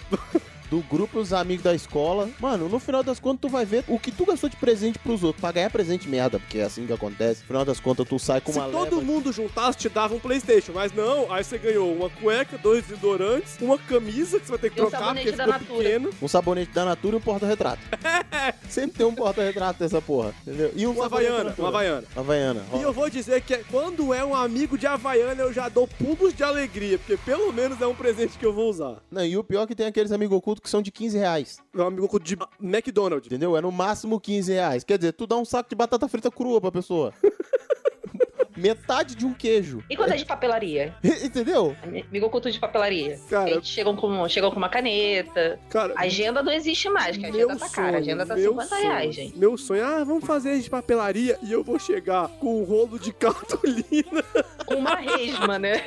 Speaker 1: do grupo os amigos da escola. Mano, no final das contas tu vai ver o que tu gastou de presente pros outros. Pra ganhar presente merda, porque é assim que acontece. No final das contas tu sai com
Speaker 2: Se
Speaker 1: uma
Speaker 2: todo
Speaker 1: leva.
Speaker 2: mundo juntasse, te dava um Playstation, mas não, aí você ganhou uma cueca, dois deodorantes, uma camisa que você vai ter que
Speaker 3: E um
Speaker 2: trocar
Speaker 3: sabonete
Speaker 2: porque
Speaker 3: da
Speaker 2: ficou
Speaker 3: Natura.
Speaker 2: pequeno,
Speaker 1: Um sabonete da Natura e um porta-retrato. Sempre tem um porta-retrato dessa porra, entendeu? E um
Speaker 2: uma
Speaker 1: sabonete da
Speaker 2: Havaiana,
Speaker 1: Natura.
Speaker 2: uma Havaiana.
Speaker 1: Havaiana.
Speaker 2: E
Speaker 1: ó.
Speaker 2: eu vou dizer que é- quando é um amigo de Havaiana, eu já dou pulos de alegria, porque pelo menos é um presente que eu vou usar.
Speaker 1: Não, e o pior é que tem aqueles amigos ocultos que são de 15 reais,
Speaker 2: Meu amigo de McDonald's.
Speaker 1: entendeu? É no máximo 15 reais. Quer dizer, tu dá um saco de batata frita crua pra pessoa. Metade de um queijo.
Speaker 3: E quando é de papelaria?
Speaker 1: Entendeu? Um
Speaker 3: Amigo oculto de papelaria.
Speaker 2: Cara-
Speaker 3: Eles chegam com, chegam com uma caneta.
Speaker 2: Cara,
Speaker 3: A agenda não existe mais, que a agenda tá cara. A agenda tá
Speaker 2: meu
Speaker 3: 50 reais,
Speaker 2: sonho,
Speaker 3: gente.
Speaker 2: Meu sonho, ah, vamos fazer de papelaria e eu vou chegar com um rolo de cartolina.
Speaker 3: Com uma resma, né?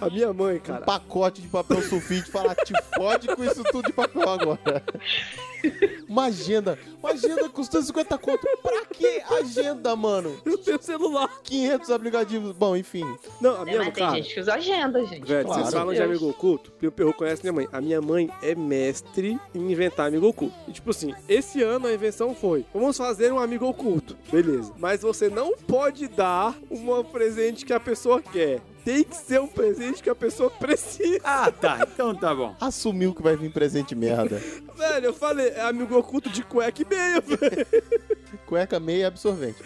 Speaker 2: A minha mãe, cara.
Speaker 1: Um pacote de papel sulfite falar, "Ah, te fode com isso tudo de papel agora. Uma agenda. Uma agenda custando 50 conto. Pra que agenda, mano?
Speaker 2: Eu tenho celular.
Speaker 1: 500 aplicativos. Bom, enfim.
Speaker 2: Não, a
Speaker 3: É,
Speaker 2: minha
Speaker 3: mas tem
Speaker 2: cara.
Speaker 3: gente que usa agenda, gente.
Speaker 2: Velho,
Speaker 1: Claro.
Speaker 2: vocês falam de
Speaker 3: Deus.
Speaker 2: amigo oculto, e o Perro conhece minha mãe. A minha mãe é mestre em inventar amigo oculto. E tipo assim, esse ano a invenção foi: vamos fazer um amigo oculto. Beleza. Mas você não pode dar um presente que a pessoa quer. Tem que ser um presente que a pessoa precisa.
Speaker 7: Ah, tá. Então tá bom.
Speaker 1: Assumiu que vai vir presente merda.
Speaker 2: Velho, eu falei, é amigo oculto de cueca e meia, velho. É,
Speaker 1: Cueca meia e absorvente.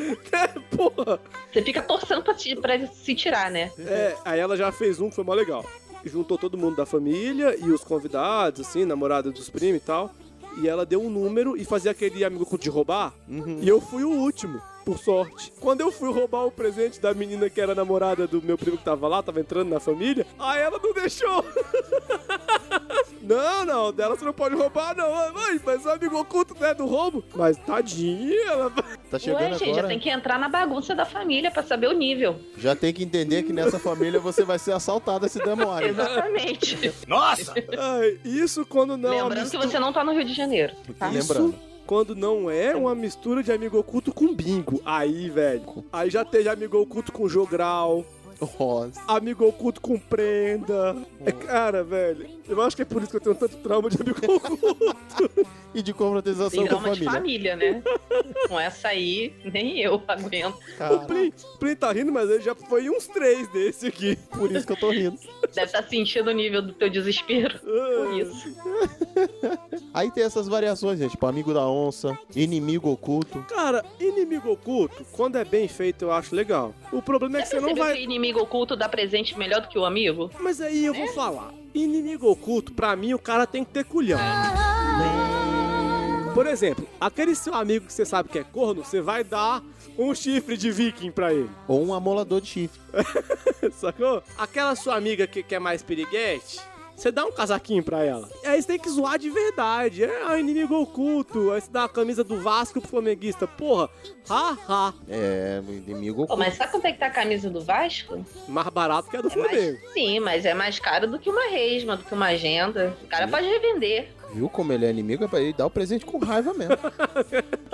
Speaker 2: Porra.
Speaker 3: Você fica torcendo pra, ti- pra ele se tirar, né?
Speaker 2: É, aí ela já fez um que foi mó legal. Juntou todo mundo da família e os convidados, assim, namorada dos primos e tal. e ela deu um número e fazia aquele amigo de roubar. E eu fui o último, por sorte. Quando eu fui roubar o presente da menina que era namorada do meu primo que tava lá, tava entrando na família, aí ela não deixou. Não, não, dela você não pode roubar, não. Ah, Mãe, mas o amigo oculto não é do roubo. Mas tadinha, ela.
Speaker 1: Tá
Speaker 3: Ué,
Speaker 1: chegando
Speaker 3: gente, já
Speaker 1: agora.
Speaker 3: tem que entrar na bagunça da família pra saber o nível.
Speaker 1: Já tem que entender que nessa família você vai ser assaltada se der mole.
Speaker 3: Exatamente.
Speaker 10: Nossa!
Speaker 2: Ai, isso quando não. é uma
Speaker 3: Lembrando que
Speaker 2: mistura-
Speaker 3: você não tá no Rio de Janeiro, tá?
Speaker 2: Isso
Speaker 1: Lembrando.
Speaker 2: quando não é uma mistura de amigo oculto com bingo. Aí, velho. Aí já teve amigo oculto com jogral,
Speaker 1: Nossa.
Speaker 2: amigo oculto com prenda. É, cara, velho. Eu acho que é por isso que eu tenho tanto trauma de amigo oculto.
Speaker 1: E de confrontação
Speaker 3: Tem
Speaker 1: com a
Speaker 3: drama de
Speaker 1: família.
Speaker 3: família, né? Com essa aí, nem eu aguento.
Speaker 2: O
Speaker 1: Cara,
Speaker 2: Plin, Plin tá rindo, mas ele já foi uns três desse aqui.
Speaker 1: por isso que eu tô rindo.
Speaker 3: Deve estar sentindo o nível do teu desespero. Por isso.
Speaker 1: Aí tem essas variações, gente. Tipo, amigo da onça, inimigo oculto.
Speaker 2: Cara, inimigo oculto, quando é bem feito, eu acho legal. O problema é que você não
Speaker 3: Percebeu
Speaker 2: vai.
Speaker 3: que inimigo oculto dá presente melhor do que o amigo?
Speaker 2: Mas aí eu vou falar. Inimigo oculto, pra mim, o cara tem que ter culhão. Por exemplo, aquele seu amigo que você sabe que é corno, você vai dar um chifre de viking pra ele.
Speaker 1: Ou um amolador de chifre.
Speaker 2: Sacou? Aquela sua amiga que, que é mais piriguete, você dá um casaquinho pra ela. E aí você tem que zoar de verdade. É ah, inimigo oculto. Aí você dá a camisa do Vasco pro flamenguista. Porra, haha.
Speaker 1: É, inimigo
Speaker 3: Pô,
Speaker 1: oculto.
Speaker 3: mas sabe quanto é que tá a camisa do Vasco?
Speaker 2: Mais barato que a do
Speaker 3: É mais-
Speaker 2: Flamengo.
Speaker 3: sim, mas é mais caro do que uma resma, do que uma agenda. O cara pode revender.
Speaker 1: Viu como ele é inimigo? É pra ele dar o presente com raiva mesmo.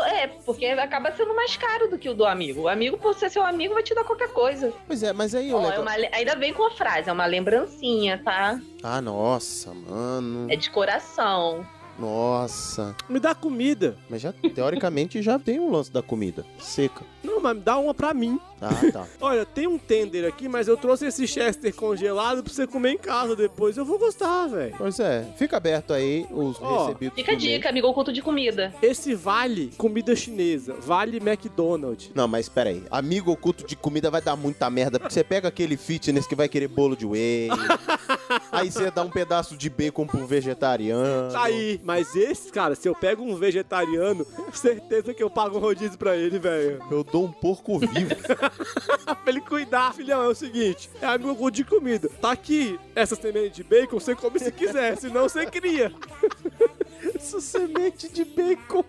Speaker 3: É, porque acaba sendo mais caro do que o do amigo. O amigo, por ser seu amigo, vai te dar qualquer coisa.
Speaker 1: Pois é, mas aí o
Speaker 3: Ó, é
Speaker 1: legal...
Speaker 3: uma le- ainda bem com a frase, é uma lembrancinha, tá?
Speaker 1: Ah, nossa, mano.
Speaker 3: É de coração.
Speaker 1: Nossa.
Speaker 2: Me dá comida.
Speaker 1: Mas já, teoricamente, já tem um lance da comida. Seca.
Speaker 2: Não, mas dá uma pra mim.
Speaker 1: Ah, tá.
Speaker 2: Olha, tem um tender aqui, mas eu trouxe esse Chester congelado pra você comer em casa depois. Eu vou gostar, velho.
Speaker 1: Pois é, fica aberto aí os
Speaker 2: Ó,
Speaker 1: recebidos.
Speaker 3: Fica a
Speaker 1: do mês.
Speaker 3: dica, amigo oculto de comida.
Speaker 2: Esse vale comida chinesa, vale McDonald's. Tá
Speaker 1: Não, mas espera aí. Amigo oculto de comida vai dar muita merda, porque você pega aquele fitness que vai querer bolo de whey. aí você dá um pedaço de bacon pro vegetariano.
Speaker 2: Tá aí. Mas esse, cara, se eu pego um vegetariano, certeza que eu pago um rodízio pra ele, velho.
Speaker 1: Eu dou um porco vivo.
Speaker 2: Pra ele cuidar, filhão, é o seguinte: é amigo oculto de comida. Tá aqui essa semente de bacon, você come se quiser, senão você cria.
Speaker 1: Isso semente de bacon.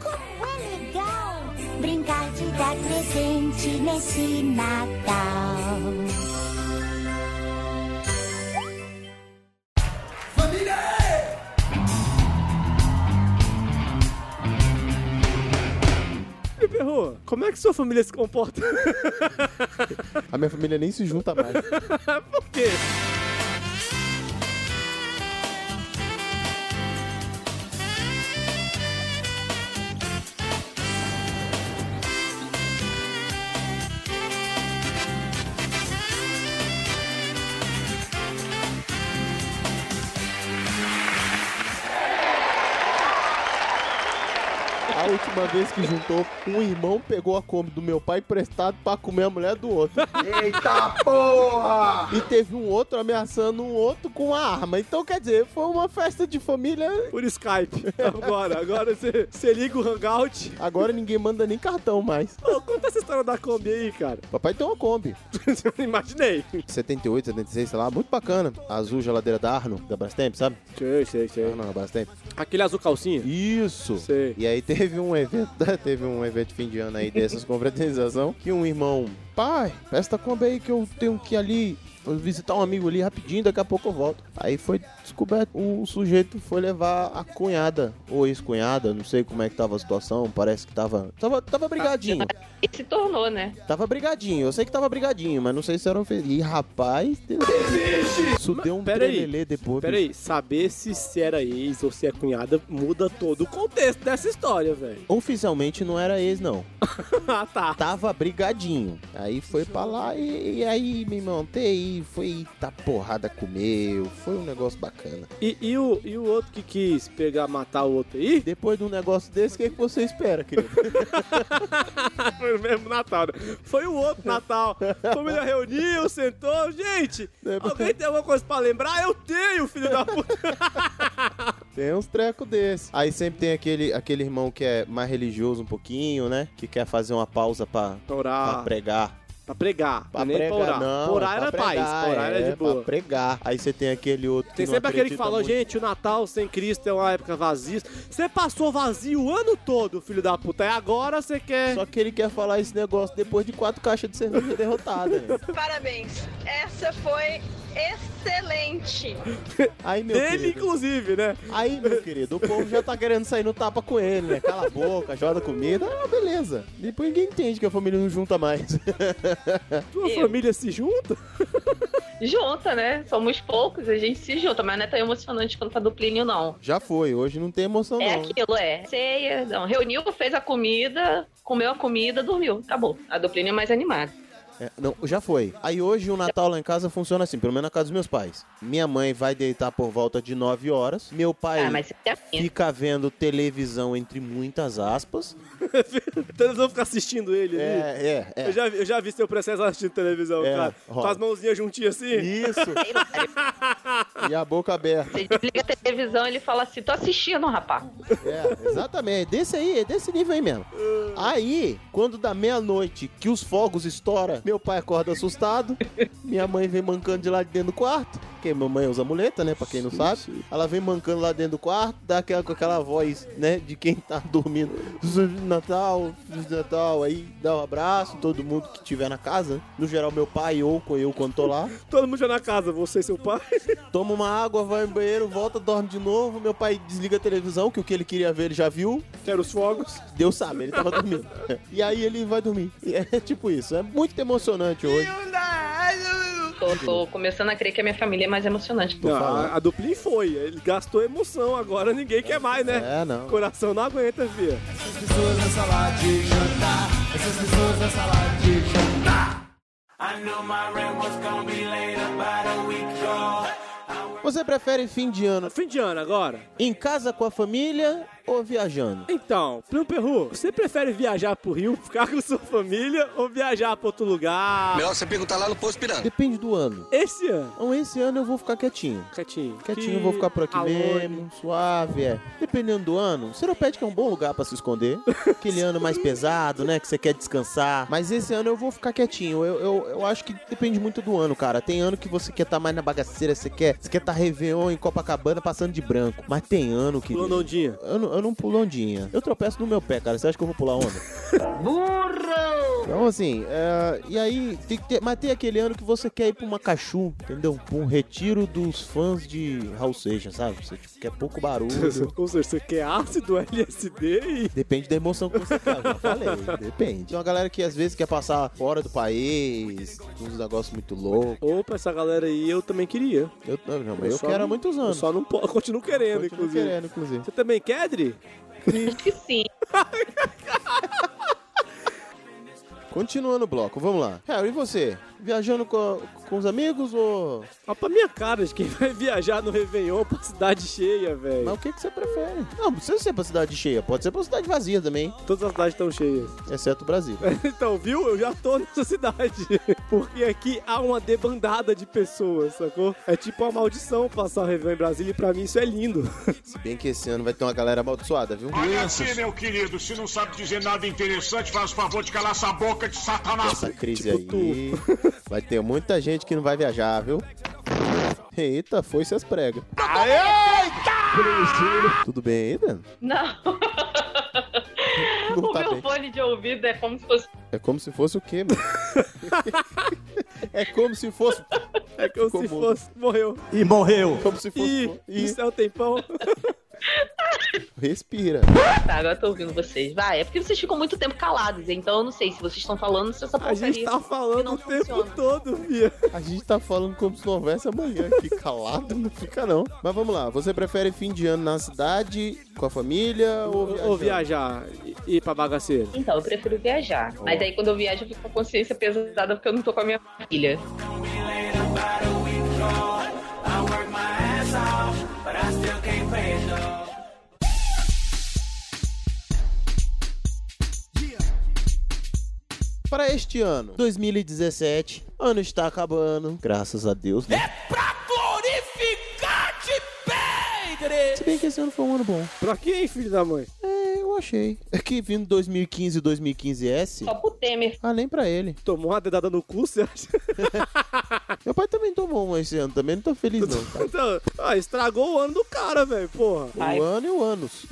Speaker 11: Como é legal brincar de dar presente nesse Natal.
Speaker 2: E perro, como é que sua família se comporta?
Speaker 1: A minha família nem se junta mais.
Speaker 2: Por quê?
Speaker 1: A última vez que juntou, um irmão pegou a Kombi do meu pai emprestado pra comer a mulher do outro.
Speaker 10: Eita porra!
Speaker 1: E teve um outro ameaçando um outro com a arma. Então, quer dizer, foi uma festa de família.
Speaker 2: Por Skype. Agora, agora você, você liga o Hangout.
Speaker 1: Agora ninguém manda nem cartão mais.
Speaker 2: Ô, conta essa história da Kombi aí, cara.
Speaker 1: Papai tem uma Kombi.
Speaker 2: Imaginei.
Speaker 1: 78, 76, sei lá, muito bacana. Azul, geladeira da Arno, da Brastemp, sabe?
Speaker 2: Sei, sei, sei.
Speaker 1: Arno, da Brastemp.
Speaker 2: Aquele azul calcinha?
Speaker 1: Isso!
Speaker 2: Sei.
Speaker 1: E aí teve um evento, teve um evento de fim de ano aí dessas com fraternização, que um irmão, pai, presta Kombi aí que eu tenho que ir ali vou visitar um amigo ali rapidinho, daqui a pouco eu volto. Aí foi descoberto, o sujeito foi levar a cunhada, ou ex-cunhada, não sei como é que tava a situação, parece que tava, tava, tava brigadinho.
Speaker 3: E se tornou, né?
Speaker 1: Tava brigadinho, eu sei que tava brigadinho, mas não sei se era um feliz. Ih, rapaz, isso deu um
Speaker 2: peraí,
Speaker 1: trelelê depois. bicho.
Speaker 2: Peraí, saber se, se era ex ou se é cunhada muda todo o contexto dessa história, velho.
Speaker 1: Oficialmente não era ex, não.
Speaker 2: ah, tá.
Speaker 1: Tava brigadinho. Aí foi pra lá e, e aí me montei. e Foi eita porrada comeu. Foi um negócio bacana.
Speaker 2: E, e o, e o outro que quis pegar, matar o outro aí?
Speaker 1: Depois de um negócio desse, o que, que você espera, querido?
Speaker 2: Foi no mesmo Natal. né? Foi o outro Natal. A família reuniu, sentou. Gente, alguém tem alguma coisa pra lembrar? Eu tenho, filho da puta.
Speaker 1: Tem uns trecos desse. Aí sempre tem aquele, aquele irmão que é mais religioso um pouquinho, né? Que quer fazer uma pausa pra,
Speaker 2: Orar.
Speaker 1: pra pregar.
Speaker 2: Pra pregar.
Speaker 1: Pra
Speaker 2: nem
Speaker 1: pregar,
Speaker 2: Ah. pra orar.
Speaker 1: não.
Speaker 2: Pra orar
Speaker 1: pra
Speaker 2: era paz. Pra orar
Speaker 1: é,
Speaker 2: era de boa.
Speaker 1: Pra pregar. Aí você tem aquele outro que
Speaker 2: Tem
Speaker 1: não
Speaker 2: sempre aquele que
Speaker 1: acredita
Speaker 2: falou,
Speaker 1: muito.
Speaker 2: gente, o Natal sem Cristo é uma época vazia. Você passou vazio o ano todo, filho da puta. E agora você quer.
Speaker 1: Só que ele quer falar esse negócio depois de quatro caixas de cerveja derrotada. né?
Speaker 12: Parabéns. Essa foi excelente.
Speaker 1: Aí, meu
Speaker 2: Ele,
Speaker 1: querido.
Speaker 2: inclusive, né?
Speaker 1: Aí, meu querido, o povo já tá querendo sair no tapa com ele, né? Cala a boca, joga comida, ah, beleza. Depois ninguém entende que a família não junta mais.
Speaker 2: Tua
Speaker 3: Eu.
Speaker 2: família se junta?
Speaker 3: Junta, né? Somos poucos, a gente se junta, mas não é tão emocionante quanto a do Plínio, não.
Speaker 1: Já foi, hoje não tem emoção,
Speaker 3: É
Speaker 2: Uhum.
Speaker 1: não.
Speaker 3: aquilo, é. Ceia, não. Reuniu, fez a comida, comeu a comida, dormiu. Acabou. A do Plínio é mais animada.
Speaker 1: É, não, já foi. Aí hoje o Natal lá em casa funciona assim, pelo menos na casa dos meus pais. Minha mãe vai deitar por volta de 9 horas. Meu pai
Speaker 3: Ah, mas você é minha.
Speaker 1: fica vendo televisão entre muitas aspas.
Speaker 2: Televisão fica assistindo ele ali.
Speaker 1: É, é,
Speaker 2: Eu,
Speaker 1: é.
Speaker 2: já, vi- eu já vi seu processo assistindo televisão,
Speaker 1: É,
Speaker 2: cara.
Speaker 1: rola.
Speaker 2: Com as mãozinhas juntinhas assim.
Speaker 1: Isso. e a boca aberta.
Speaker 3: Você desliga a televisão ele fala assim: tô assistindo, rapaz.
Speaker 1: É, exatamente. Desse aí, é desse nível aí mesmo. Aí, quando dá meia-noite que os fogos estouram, meu pai acorda assustado, minha mãe vem mancando de lá de dentro do quarto. Porque mamãe usa muleta, né? Pra quem não sabe. Ela vem mancando lá dentro do quarto, dá aquela, com aquela voz, né? De quem tá dormindo. Feliz Natal, Feliz Natal. Aí dá um abraço, todo mundo que tiver na casa. No geral, meu pai ou com eu quando tô lá.
Speaker 2: Todo mundo já na casa, você e seu pai.
Speaker 1: Toma uma água, vai no banheiro, volta, dorme de novo. Meu pai desliga a televisão, que o que ele queria ver ele já viu.
Speaker 2: Quero os fogos.
Speaker 1: Deus sabe, ele tava dormindo. e aí ele vai dormir. E É tipo isso, é muito emocionante hoje.
Speaker 3: Tô, tô começando a crer que a minha família é mais emocionante.
Speaker 2: Não,
Speaker 1: falando.
Speaker 2: a, a duplin foi. Ele gastou emoção, agora ninguém quer mais, né?
Speaker 1: É, não.
Speaker 2: Coração não aguenta, filha.
Speaker 1: Você prefere fim de ano
Speaker 2: Tá, Fim de ano agora.
Speaker 1: em casa com a família ou viajando?
Speaker 2: Então, Primo Perru, você prefere viajar pro Rio, ficar com sua família ou viajar pra outro lugar?
Speaker 6: Melhor você perguntar lá no posto pirando.
Speaker 1: Depende do ano.
Speaker 2: Esse ano.
Speaker 1: Então esse ano eu vou ficar quietinho.
Speaker 2: Quietinho.
Speaker 1: Quietinho, eu vou ficar por aqui
Speaker 2: Alone.
Speaker 1: mesmo, suave, é. Dependendo do ano, Seropédica é um bom lugar pra se esconder. Aquele ano mais pesado, né, que você quer descansar. Mas esse ano eu vou ficar quietinho. Eu, eu, eu acho que depende muito do ano, cara. Tem ano que você quer estar mais na bagaceira, você quer estar quer tá Réveillon em Copacabana passando de branco. Mas tem ano que...
Speaker 2: Pulando ondinha.
Speaker 1: Eu não, eu não pulo ondinha. Eu tropeço no meu pé, cara. Você acha que eu vou pular onda? Burro! Então, assim, é, e aí, tem que ter, mas tem aquele ano que você quer ir pra uma cachu, entendeu? Pra um retiro dos fãs de Raul Seixas, sabe? Você tipo, quer pouco barulho.
Speaker 2: Ou seja, você quer ácido, LSD e...
Speaker 1: Depende da emoção que você quer, eu já falei. Depende. Tem uma galera que às vezes quer passar fora do país, uns negócios muito loucos.
Speaker 2: Opa, essa galera aí eu também queria.
Speaker 1: Eu, não, mas eu,
Speaker 2: só
Speaker 1: quero
Speaker 2: não-
Speaker 1: há muitos
Speaker 2: Eu
Speaker 1: anos.
Speaker 2: só não posso, continuo querendo,
Speaker 1: Continuo
Speaker 2: inclusive.
Speaker 1: querendo, inclusive.
Speaker 2: Você também quer, Dri?
Speaker 3: Acho que sim.
Speaker 1: Continuando o bloco, vamos lá. Harry, e você? Viajando com, a- com os amigos ou...
Speaker 2: Olha pra minha cara de quem vai viajar no Réveillon pra cidade cheia, velho.
Speaker 1: Mas o que, que você prefere? Não, não precisa ser pra cidade cheia, pode ser pra cidade vazia também,
Speaker 2: Todas as cidades estão cheias.
Speaker 1: exceto Brasília.
Speaker 2: Então, viu? Eu já tô nessa cidade. Porque aqui há uma debandada de pessoas, sacou? É tipo uma maldição passar o Réveillon em Brasília e pra mim isso é lindo.
Speaker 1: Se bem que esse ano vai ter uma galera amaldiçoada, viu?
Speaker 10: Olha aqui, meu querido, se não sabe dizer nada interessante, faz o favor de calar essa boca de satanás.
Speaker 1: Essa crise aí. Vai ter muita gente que não vai viajar, viu? Eita, foi se as pregas. Eita! Tudo bem aí, Dan?
Speaker 3: Não.
Speaker 1: Não
Speaker 3: o
Speaker 1: tá
Speaker 3: meu
Speaker 1: bem.
Speaker 3: fone de ouvido é como se fosse.
Speaker 1: É como se fosse o quê, mano? é como se fosse.
Speaker 2: É como
Speaker 1: Ficou
Speaker 2: se
Speaker 1: mudo.
Speaker 2: fosse. Morreu.
Speaker 1: E morreu! Como se
Speaker 2: Ih,
Speaker 1: fosse.
Speaker 2: e...
Speaker 1: Ih,
Speaker 2: isso é o tempão.
Speaker 1: respira.
Speaker 3: Tá, agora eu tô ouvindo vocês. Vai, é porque vocês ficam muito tempo calados, então eu não sei se vocês estão falando, se essa
Speaker 2: A
Speaker 3: porcaria.
Speaker 2: gente tá falando o
Speaker 3: não
Speaker 2: tempo
Speaker 3: funciona.
Speaker 2: todo, Bia.
Speaker 1: A gente tá falando como se não houvesse amanhã aqui. Calado não fica, não. Mas vamos lá. Você prefere fim de ano na cidade, com a família ou viajando?
Speaker 2: Ou viajar e ir pra bagaceira.
Speaker 3: Então, eu prefiro viajar. Mas aí quando eu viajo, eu fico com a consciência pesada porque eu não tô com a minha família.
Speaker 1: para este ano, 2017, ano está acabando, graças a Deus. Né?
Speaker 13: Glorificar de pedre!
Speaker 1: Se bem que esse ano foi um ano bom.
Speaker 2: Pra quem, filho da mãe?
Speaker 1: É, eu achei. É que vindo 2015 e 2015S.
Speaker 3: Só pro Temer.
Speaker 1: Ah, nem pra ele.
Speaker 2: Tomou uma dedada no cu, você acha?
Speaker 1: Meu pai também tomou uma esse ano, também não tô feliz não. tá?
Speaker 2: Então, ah, estragou o ano do cara, velho, porra. É
Speaker 1: Um ano e um anos.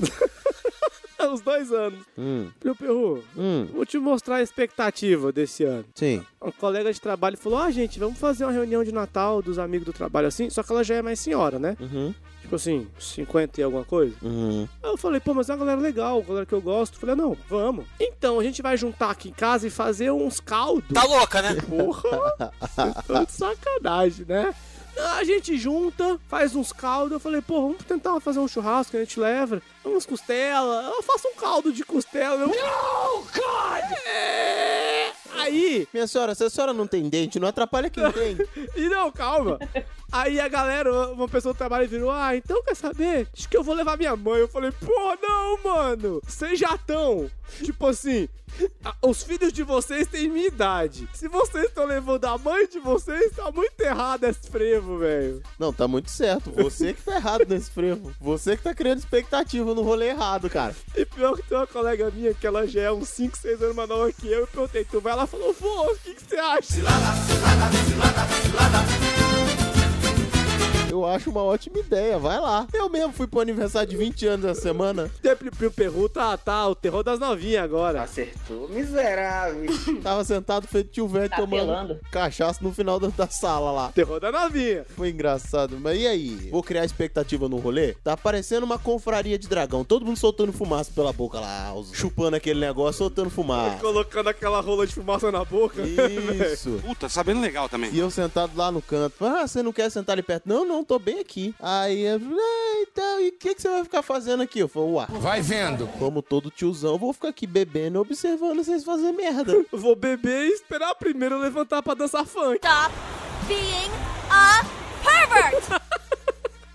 Speaker 2: Uns dois anos.
Speaker 1: Hum,
Speaker 2: Meu perru,
Speaker 1: hum,
Speaker 2: vou te mostrar a expectativa desse ano.
Speaker 1: sim.
Speaker 2: Um colega de trabalho falou: Ah, gente, vamos fazer uma reunião de Natal dos amigos do trabalho assim. Só que ela já é mais senhora, né?
Speaker 1: Uhum,
Speaker 2: Tipo assim, 50 e alguma coisa.
Speaker 1: uhum.
Speaker 2: Aí eu falei: Pô, mas é uma galera legal, uma galera que eu gosto. Falei: Não, vamos. Então, a gente vai juntar aqui em casa e fazer uns caldos.
Speaker 13: Tá louca, né?
Speaker 2: Porra! Vocês tão de sacanagem, né? Não, A gente junta, faz uns caldos. Eu falei, pô, vamos tentar fazer um churrasco, a gente leva umas costela. Eu faço um caldo de costela. Eu... Não, God! Aí,
Speaker 1: Minha senhora, se a senhora não tem dente, não atrapalha quem tem.
Speaker 2: e não, calma. Aí a galera, uma pessoa do trabalho virou, ah, então quer saber? Acho que eu vou levar minha mãe. Eu falei, pô, não, mano. Vocês já estão. Tipo assim, a- os filhos de vocês têm minha idade. Se vocês estão levando a mãe de vocês, tá muito errado esse frevo, velho.
Speaker 1: Não, tá muito certo. Você que tá errado nesse frevo. Você que tá criando expectativa no rolê errado, cara.
Speaker 2: E pior que tem uma colega minha, que ela já é uns 5, 6 anos mais nova que eu. Eu perguntei, tu vai? Ela falou, vou, o que que você acha?
Speaker 1: Eu acho uma ótima ideia, vai lá. Eu mesmo fui pro aniversário de 20 anos essa semana.
Speaker 2: Tempo pro Peru tá, tá, o terror das novinhas agora.
Speaker 14: Acertou, miserável.
Speaker 1: Tava sentado feito tio velho
Speaker 3: Tá
Speaker 1: tomando
Speaker 3: apelando.
Speaker 1: cachaça no final da, da sala lá.
Speaker 2: Terror da novinha.
Speaker 1: Foi engraçado, mas e aí? Vou criar expectativa no rolê? Tá parecendo uma confraria de dragão. Todo mundo soltando fumaça pela boca lá, os- chupando aquele negócio, soltando fumaça.
Speaker 2: Colocando aquela rola de fumaça na boca.
Speaker 1: Isso.
Speaker 7: Puta, sabendo legal também.
Speaker 1: E eu sentado lá no canto. Ah, você não quer sentar ali perto? Não, não, tô bem aqui. Aí eu falei, ah, então, e o que, que você vai ficar fazendo aqui? Eu falei, uá. Vai vendo. Como todo tiozão, eu vou ficar aqui bebendo, e observando vocês fazerem merda.
Speaker 2: Eu Vou beber e esperar primeiro eu levantar pra dançar funk.
Speaker 11: Stop being a pervert!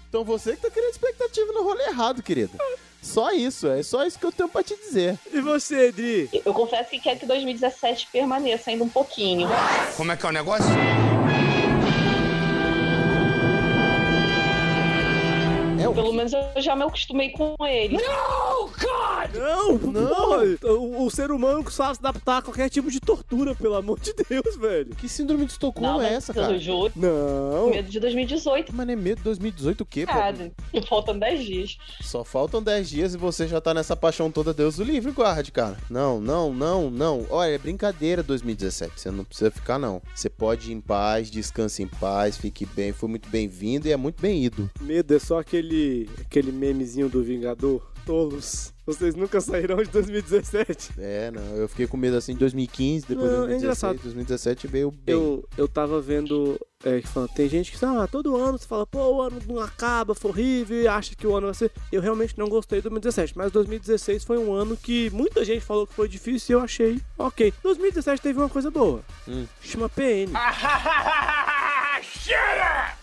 Speaker 1: Então você que tá criando expectativa no rolê errado, querido. Só isso, é só isso que eu tenho pra te dizer.
Speaker 2: E você, Edri?
Speaker 3: Eu confesso que quero que 2017 permaneça ainda um pouquinho.
Speaker 14: Como é que é o negócio?
Speaker 1: É o
Speaker 3: Pelo menos eu já me acostumei com ele.
Speaker 2: Não,
Speaker 1: Não.
Speaker 2: porra, o, o ser humano sabe se adaptar a qualquer tipo de tortura, pelo amor de Deus, velho.
Speaker 1: que síndrome de Estocolmo
Speaker 3: Não,
Speaker 1: é
Speaker 3: mas
Speaker 1: essa,
Speaker 3: eu
Speaker 1: cara?
Speaker 3: juro.
Speaker 2: Não.
Speaker 3: Medo de 2018.
Speaker 1: Mas nem medo 2018 o quê, pô?
Speaker 3: Cara, faltam 10 dias.
Speaker 1: Só faltam 10 dias e você já tá nessa paixão toda, Deus o livre, guarde, cara. Não, não, não, não. Olha, é brincadeira 2017. Você não precisa ficar, não. Você pode ir em paz, descanse em paz, fique bem. Foi muito bem-vindo e é muito bem ido.
Speaker 2: Medo é só aquele, aquele memezinho do Vingador. Tolos. Vocês nunca sairão de 2017.
Speaker 1: É, não. Eu fiquei com medo assim de 2015, depois
Speaker 2: Não, é
Speaker 1: 2016,
Speaker 2: engraçado.
Speaker 1: 2017 veio bem.
Speaker 2: Eu, eu tava vendo. É, que fala, tem gente que ah, todo ano você fala, pô, o ano não acaba, foi horrível, e acha que o ano vai ser. Eu realmente não gostei de 2017, mas 2016 foi um ano que muita gente falou que foi difícil e eu achei ok. 2017 teve uma coisa boa.
Speaker 1: Hum.
Speaker 2: Chama PN.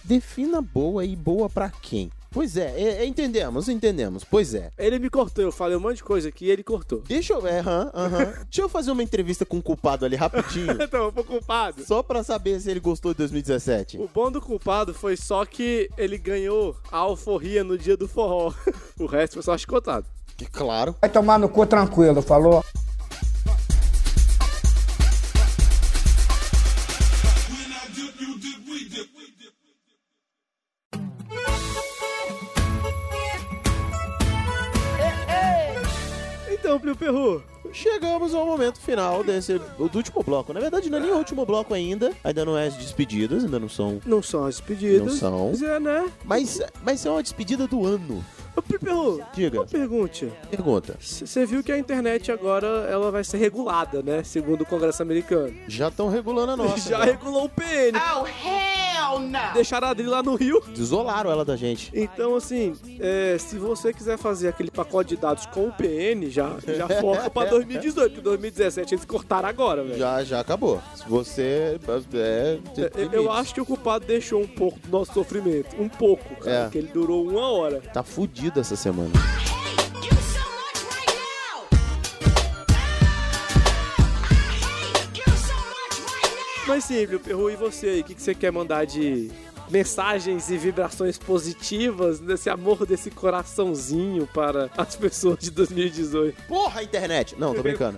Speaker 1: Defina boa e boa pra quem? Pois é, é- é, entendemos, entendemos. Pois é.
Speaker 2: Ele me cortou, eu falei um monte de coisa aqui e ele cortou.
Speaker 1: Deixa eu. É, aham, aham. Deixa eu fazer uma entrevista com o culpado ali rapidinho.
Speaker 2: Então, eu fui culpado.
Speaker 1: só pra saber se ele gostou de 2017.
Speaker 2: O bom do culpado foi só que ele ganhou a alforria no dia do forró. o resto foi só chicotado.
Speaker 1: Que claro.
Speaker 14: Vai tomar no cu tranquilo, falou?
Speaker 2: Então, Plio Perru,
Speaker 1: Chegamos ao momento final desse do último bloco. Na verdade, não é nem o último bloco ainda. Ainda não é as despedidas, ainda não são.
Speaker 2: não são as despedidas.
Speaker 1: Não são.
Speaker 2: Mas é, né?
Speaker 1: Mas, mas é uma despedida do ano.
Speaker 2: Ô, Plio Perru,
Speaker 1: Diga,
Speaker 2: Uma pergunta.
Speaker 1: pergunta.
Speaker 2: Você viu que a internet agora ela vai ser regulada, né? Segundo o Congresso americano.
Speaker 1: Já estão regulando a nossa.
Speaker 2: Já
Speaker 1: né?
Speaker 2: regulou o PN.
Speaker 14: Oh, hell no!
Speaker 2: Deixaram a Adri lá no Rio.
Speaker 1: Desolaram ela da gente.
Speaker 2: Então, assim, é, se você quiser fazer aquele pacote de dados com o PN, já, já foca pra 2018. porque 2017 eles cortaram agora, velho.
Speaker 1: Já, já acabou. Se você. É,
Speaker 2: É, eu- Eu acho que o culpado deixou um pouco do nosso sofrimento. Um pouco, cara.
Speaker 1: É.
Speaker 2: Porque ele durou uma hora.
Speaker 1: Tá fudido essa semana.
Speaker 11: You so much right now! I hate you
Speaker 2: foi simples, Perru, e você aí? O que que você quer mandar de mensagens e vibrações positivas nesse amor desse coraçãozinho para as pessoas de 2018?
Speaker 1: Porra, internet! Não, tô brincando.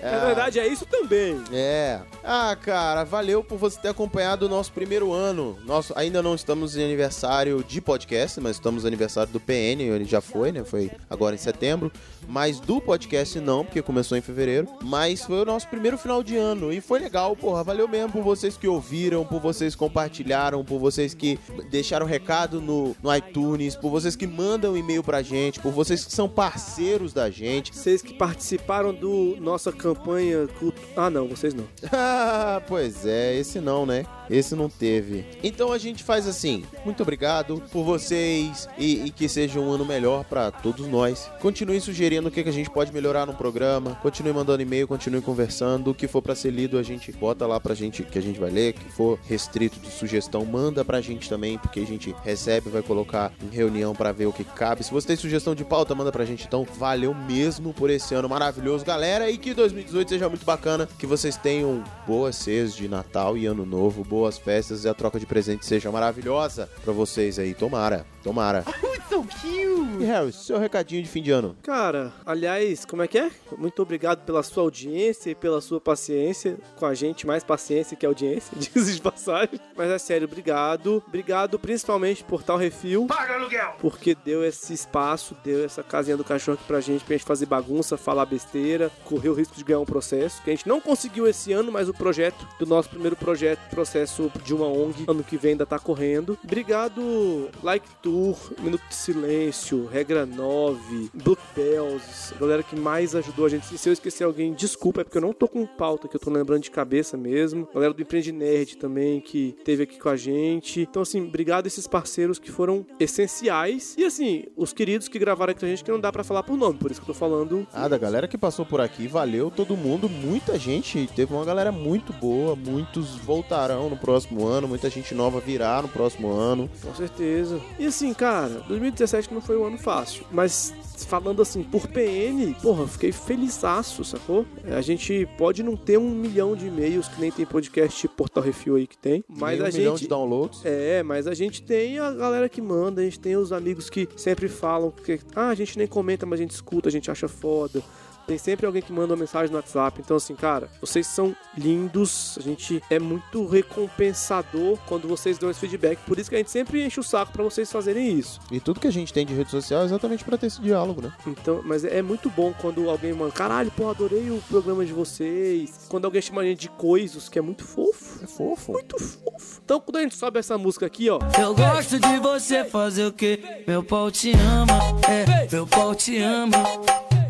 Speaker 2: Na verdade, é isso também.
Speaker 1: É. Ah, cara, valeu por você ter acompanhado o nosso primeiro ano. Nosso, ainda não estamos em aniversário de podcast, mas estamos no aniversário do PN, ele já foi, né? Foi agora em setembro. Mas do podcast não, porque começou em fevereiro. Mas foi o nosso primeiro final de ano e foi legal, porra. Valeu mesmo por vocês que ouviram, por vocês que compartilharam, por vocês que deixaram recado no, no iTunes, por vocês que mandam e-mail pra gente, por vocês que são parceiros da gente.
Speaker 2: Vocês que participaram do nossa campanha culto... Ah, não, vocês não.
Speaker 1: Ah, pois é, esse não, né? Esse não teve. Então a gente faz assim. Muito obrigado por vocês e, e que seja um ano melhor pra todos nós. Continue sugerindo o que, que a gente pode melhorar no programa. Continue mandando e-mail, continue conversando. O que for pra ser lido, a gente bota lá pra gente que a gente vai ler. O que for restrito de sugestão, manda pra gente também, porque a gente recebe, vai colocar em reunião pra ver o que cabe. Se você tem sugestão de pauta, manda pra gente. Então valeu mesmo por esse ano maravilhoso, galera. E que 2018 seja muito bacana. Que vocês tenham boas feias de Natal e Ano Novo, boas festas e a troca de presente seja maravilhosa pra vocês aí. Tomara, tomara.
Speaker 2: So cute!
Speaker 1: E Harry, seu recadinho de fim de ano.
Speaker 2: Cara, aliás, como é que é? Muito obrigado pela sua audiência e pela sua paciência com a gente, mais paciência que audiência, diz de passagem. Mas é sério, obrigado. Obrigado principalmente por tal refil. Paga aluguel! Porque deu esse espaço, deu essa casinha do cachorro aqui pra gente, pra gente fazer bagunça, falar besteira, correr o risco de ganhar um processo, que a gente não conseguiu esse ano, mas o projeto do nosso primeiro projeto, processo de uma ONG, ano que vem ainda tá correndo. Obrigado, Like Tour, Minuto de Silêncio, Regra 9, Blue Bells, a galera que mais ajudou a gente. Se eu esquecer alguém, desculpa, é porque eu não tô com pauta, que eu tô lembrando de cabeça mesmo. A galera do Empreende Nerd também, que teve aqui com a gente. Então, assim, obrigado a esses parceiros que foram essenciais. E, assim, os queridos que gravaram aqui com a gente, que não dá pra falar por nome, por isso que eu tô falando.
Speaker 1: Ah, da galera que passou por aqui, valeu todo mundo, muita gente, teve uma galera muito boa, muitos voltarão no próximo ano, muita gente nova virá no próximo ano.
Speaker 2: Com certeza. E assim, cara, 2017 não foi um ano fácil, mas falando assim, por PN, porra, eu fiquei felizaço, sacou? É, A gente pode não ter um milhão de e-mails, que nem tem podcast tipo Portal Refil aí que tem, mas
Speaker 1: Nem um
Speaker 2: a
Speaker 1: milhão
Speaker 2: gente...
Speaker 1: de downloads.
Speaker 2: É, mas a gente tem a galera que manda, a gente tem os amigos que sempre falam que ah, a gente nem comenta, mas a gente escuta, a gente acha foda. Tem sempre alguém que manda uma mensagem no WhatsApp. Então, assim, cara, vocês são lindos. A gente é muito recompensador quando vocês dão esse feedback. Por isso que a gente sempre enche o saco pra vocês fazerem isso.
Speaker 1: E tudo que a gente tem de rede social é exatamente pra ter esse diálogo, né?
Speaker 2: Então, mas é muito bom quando alguém manda, caralho, porra, adorei o programa de vocês. Quando alguém chama a gente de coisos, que é muito fofo. É
Speaker 1: fofo.
Speaker 2: Muito fofo. Então, quando a gente sobe essa música aqui, ó.
Speaker 13: Eu gosto de você fazer o que? Meu pau te ama, é, meu pau te ama,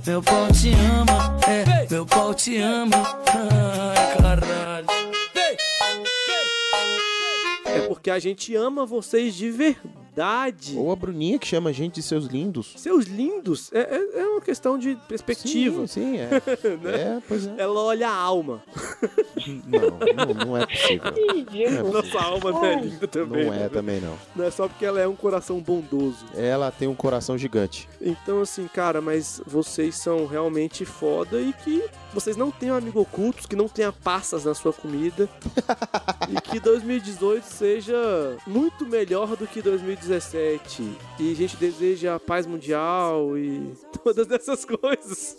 Speaker 13: meu pau te ama, é, meu pau te ama. Ai, caralho.
Speaker 2: É porque a gente ama vocês de verdade.
Speaker 1: Ou a Bruninha que chama a gente de seus lindos.
Speaker 2: Seus lindos é, é- é uma questão de perspectiva.
Speaker 1: Sim, sim, é.
Speaker 2: Né?
Speaker 1: É, pois é.
Speaker 2: Ela olha a alma.
Speaker 1: Não, não, não é possível.
Speaker 3: Oh.
Speaker 2: Nossa alma não é linda também.
Speaker 1: Não é
Speaker 2: né?
Speaker 1: também, não.
Speaker 2: Não é só porque ela é um coração bondoso.
Speaker 1: Ela tem um coração gigante.
Speaker 2: Então, assim, cara, mas vocês são realmente foda e que vocês não tenham amigo ocultos, que não tenha passas na sua comida. e que 2018 seja muito melhor do que 2017. E a gente deseja a paz mundial e todas essas coisas.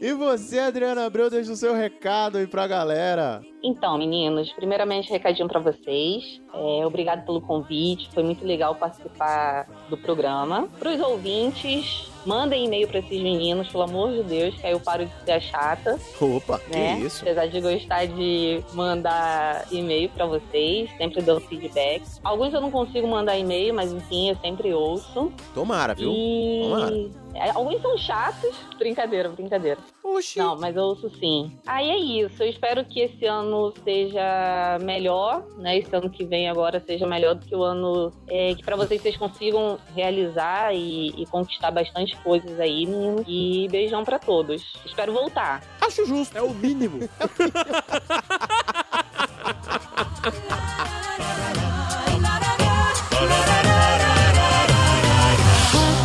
Speaker 1: E você, Adriana Abreu, deixa o seu recado aí pra galera.
Speaker 3: Então, meninos, primeiramente, recadinho pra vocês. É, obrigado pelo convite, foi muito legal participar do programa. Pros ouvintes, mandem e-mail pra esses meninos, pelo amor de Deus, que aí eu paro de ser a chata.
Speaker 1: Opa,
Speaker 3: né?
Speaker 1: que isso?
Speaker 3: Apesar de gostar de mandar e-mail pra vocês, sempre dou feedback. Alguns eu não consigo mandar e-mail, mas enfim, eu sempre ouço.
Speaker 1: Tomara, viu?
Speaker 3: E-
Speaker 1: Tomara.
Speaker 3: É, Alguns são chatos. Brincadeira, brincadeira.
Speaker 2: Oxi.
Speaker 3: Não, mas eu ouço sim. Aí é isso. Eu espero que esse ano seja melhor, né? Esse ano que vem agora seja melhor do que o ano é, que pra vocês vocês consigam realizar e, e conquistar bastante coisas aí, menino. E beijão pra todos. Espero voltar.
Speaker 2: Acho justo. É o mínimo.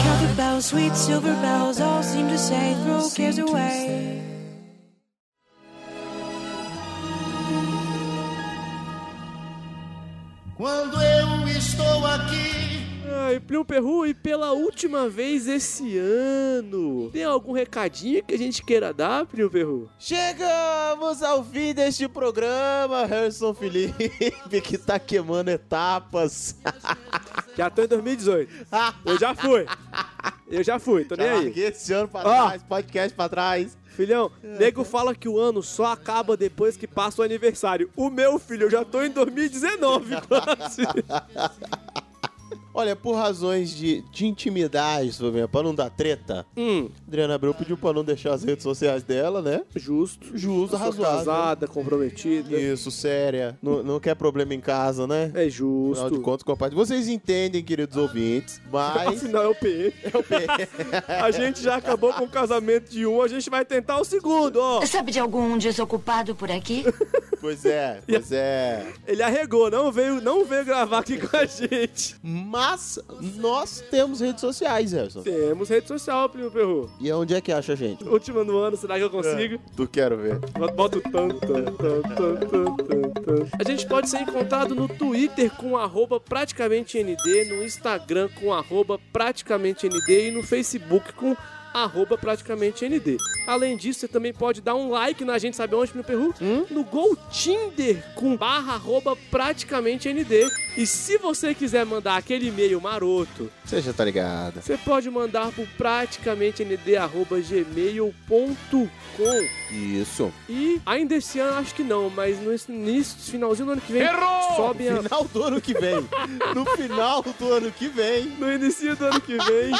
Speaker 15: Cowbell bells, sweet silver bells, all seem to say, throw cares away.
Speaker 9: Quando eu estou aqui.
Speaker 2: Ai, Plio Perru, e pela última vez esse ano, tem algum recadinho que a gente queira dar, Plio Perru?
Speaker 1: Chegamos ao fim deste programa, Harrison Felipe, que tá queimando etapas.
Speaker 2: Já tô em 2018. Eu já fui. Eu já fui, tô
Speaker 1: Já
Speaker 2: nem aí.
Speaker 1: larguei Tá esse ano pra trás,
Speaker 2: podcast pra trás. Filhão, nego fala que o ano só acaba depois que passa o aniversário. O meu filho, eu já tô em 2019 quase.
Speaker 1: Olha, por razões de, de intimidade, Silvinha, pra não dar treta,
Speaker 2: Hum.
Speaker 1: Adriana Abreu pediu pra não deixar as redes sociais dela, né?
Speaker 2: Justo. É.
Speaker 1: Justo,
Speaker 2: Eu sou
Speaker 1: razoável.
Speaker 2: casada, comprometida.
Speaker 1: Isso, séria. não, não quer problema em casa, né?
Speaker 2: É justo.
Speaker 1: Afinal de contas, compadre. Vocês entendem, queridos ouvintes, mas...
Speaker 2: Afinal, é o PE.
Speaker 1: É o PE.
Speaker 2: A gente já acabou com o casamento de um, a gente vai tentar o segundo, ó.
Speaker 15: Sabe de algum desocupado por aqui?
Speaker 1: Pois é, pois é.
Speaker 2: Ele arregou, não veio, não veio gravar aqui com a gente.
Speaker 1: Mas nós temos redes sociais, Harrison.
Speaker 2: Temos rede social, primo Perru.
Speaker 1: E onde é que acha a gente?
Speaker 2: Última do ano, será que eu consigo?
Speaker 1: Tu quero ver.
Speaker 2: Bota o tan, tan, tan, tan, tan, tan, tan. A gente pode ser encontrado no Twitter com arroba praticamente ND, no Instagram com arroba praticamente ND e no Facebook com arroba praticamente ND. Além disso, você também pode dar um like na gente, sabe onde, meu perru? No Gol Tinder com barra arroba praticamente ND. E se você quiser mandar aquele e-mail maroto
Speaker 1: Você já tá ligado.
Speaker 2: você pode mandar por praticamente nd@gmail.com.
Speaker 1: Isso.
Speaker 2: E ainda esse ano acho que não, mas no início, finalzinho do ano que vem,
Speaker 1: Errou!
Speaker 2: sobe a...
Speaker 1: No final do ano que vem. No final do ano que vem.
Speaker 2: No início do ano que vem.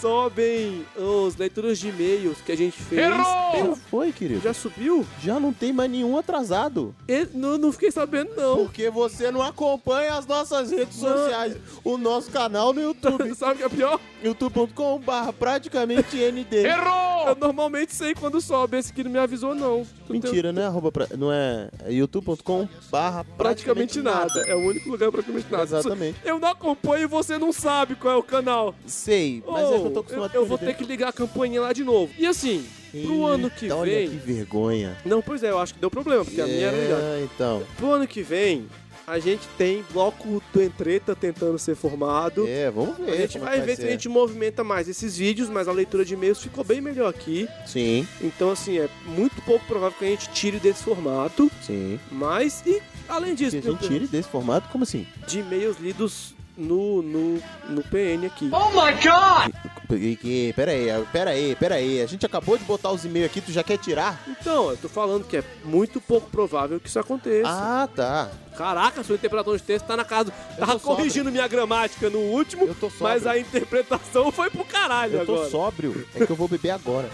Speaker 2: Sobem os leituras de e-mails que a gente fez.
Speaker 1: Já
Speaker 2: Eu-
Speaker 1: foi, querido.
Speaker 2: Já subiu?
Speaker 1: Já não tem mais nenhum atrasado.
Speaker 2: Eu não, não fiquei sabendo, não.
Speaker 1: Porque você não acompanha as nossas redes sociais. O nosso canal no YouTube.
Speaker 2: Sabe o que é pior?
Speaker 1: youtube.com.br praticamente ND. Errou!
Speaker 2: Eu normalmente sei quando sobe, esse aqui não me avisou, não. Então, Tu
Speaker 1: Mentira, não é arroba pra- não é, é youtube.com barra
Speaker 2: tem Praticamente nada. É o único lugar praticamente nada.
Speaker 1: Exatamente.
Speaker 2: Eu não acompanho e você não sabe qual é o canal. Oh,
Speaker 1: Sei, mas é que eu tô acostumado
Speaker 2: Eu,
Speaker 1: com
Speaker 2: vou
Speaker 1: ND.
Speaker 2: ter que ligar a campainha lá de novo. E assim, pro ano que
Speaker 1: Eita,
Speaker 2: vem...
Speaker 1: Olha que vergonha.
Speaker 2: Não, pois é, eu acho que deu problema, porque a minha era melhor.
Speaker 1: É, então.
Speaker 2: Pro ano que vem, a gente tem bloco do Entreta tentando ser formado.
Speaker 1: É, vamos ver
Speaker 2: A gente
Speaker 1: como
Speaker 2: vai
Speaker 1: vai
Speaker 2: ver se
Speaker 1: ser.
Speaker 2: a gente movimenta mais esses vídeos, mas a leitura de e-mails ficou bem melhor aqui.
Speaker 1: Sim,
Speaker 2: Então, assim, é muito pouco provável que a gente tire desse formato.
Speaker 1: sim.
Speaker 2: Mas, e além disso,
Speaker 1: Que a gente tire desse formato, como assim?
Speaker 2: de e-mails lidos no, no, no PN aqui.
Speaker 9: Oh my god!
Speaker 1: E que- Peraí, peraí, peraí. A gente acabou de botar os e-mails aqui, tu já quer tirar?
Speaker 2: Então, eu tô falando que é muito pouco provável que isso aconteça.
Speaker 1: Ah, tá.
Speaker 2: Caraca, sua interpretação de texto tá na casa. Tava
Speaker 1: sóbrio.
Speaker 2: corrigindo minha gramática no último, mas a interpretação foi pro caralho
Speaker 1: Eu tô
Speaker 2: agora.
Speaker 1: sóbrio, é que eu vou beber agora.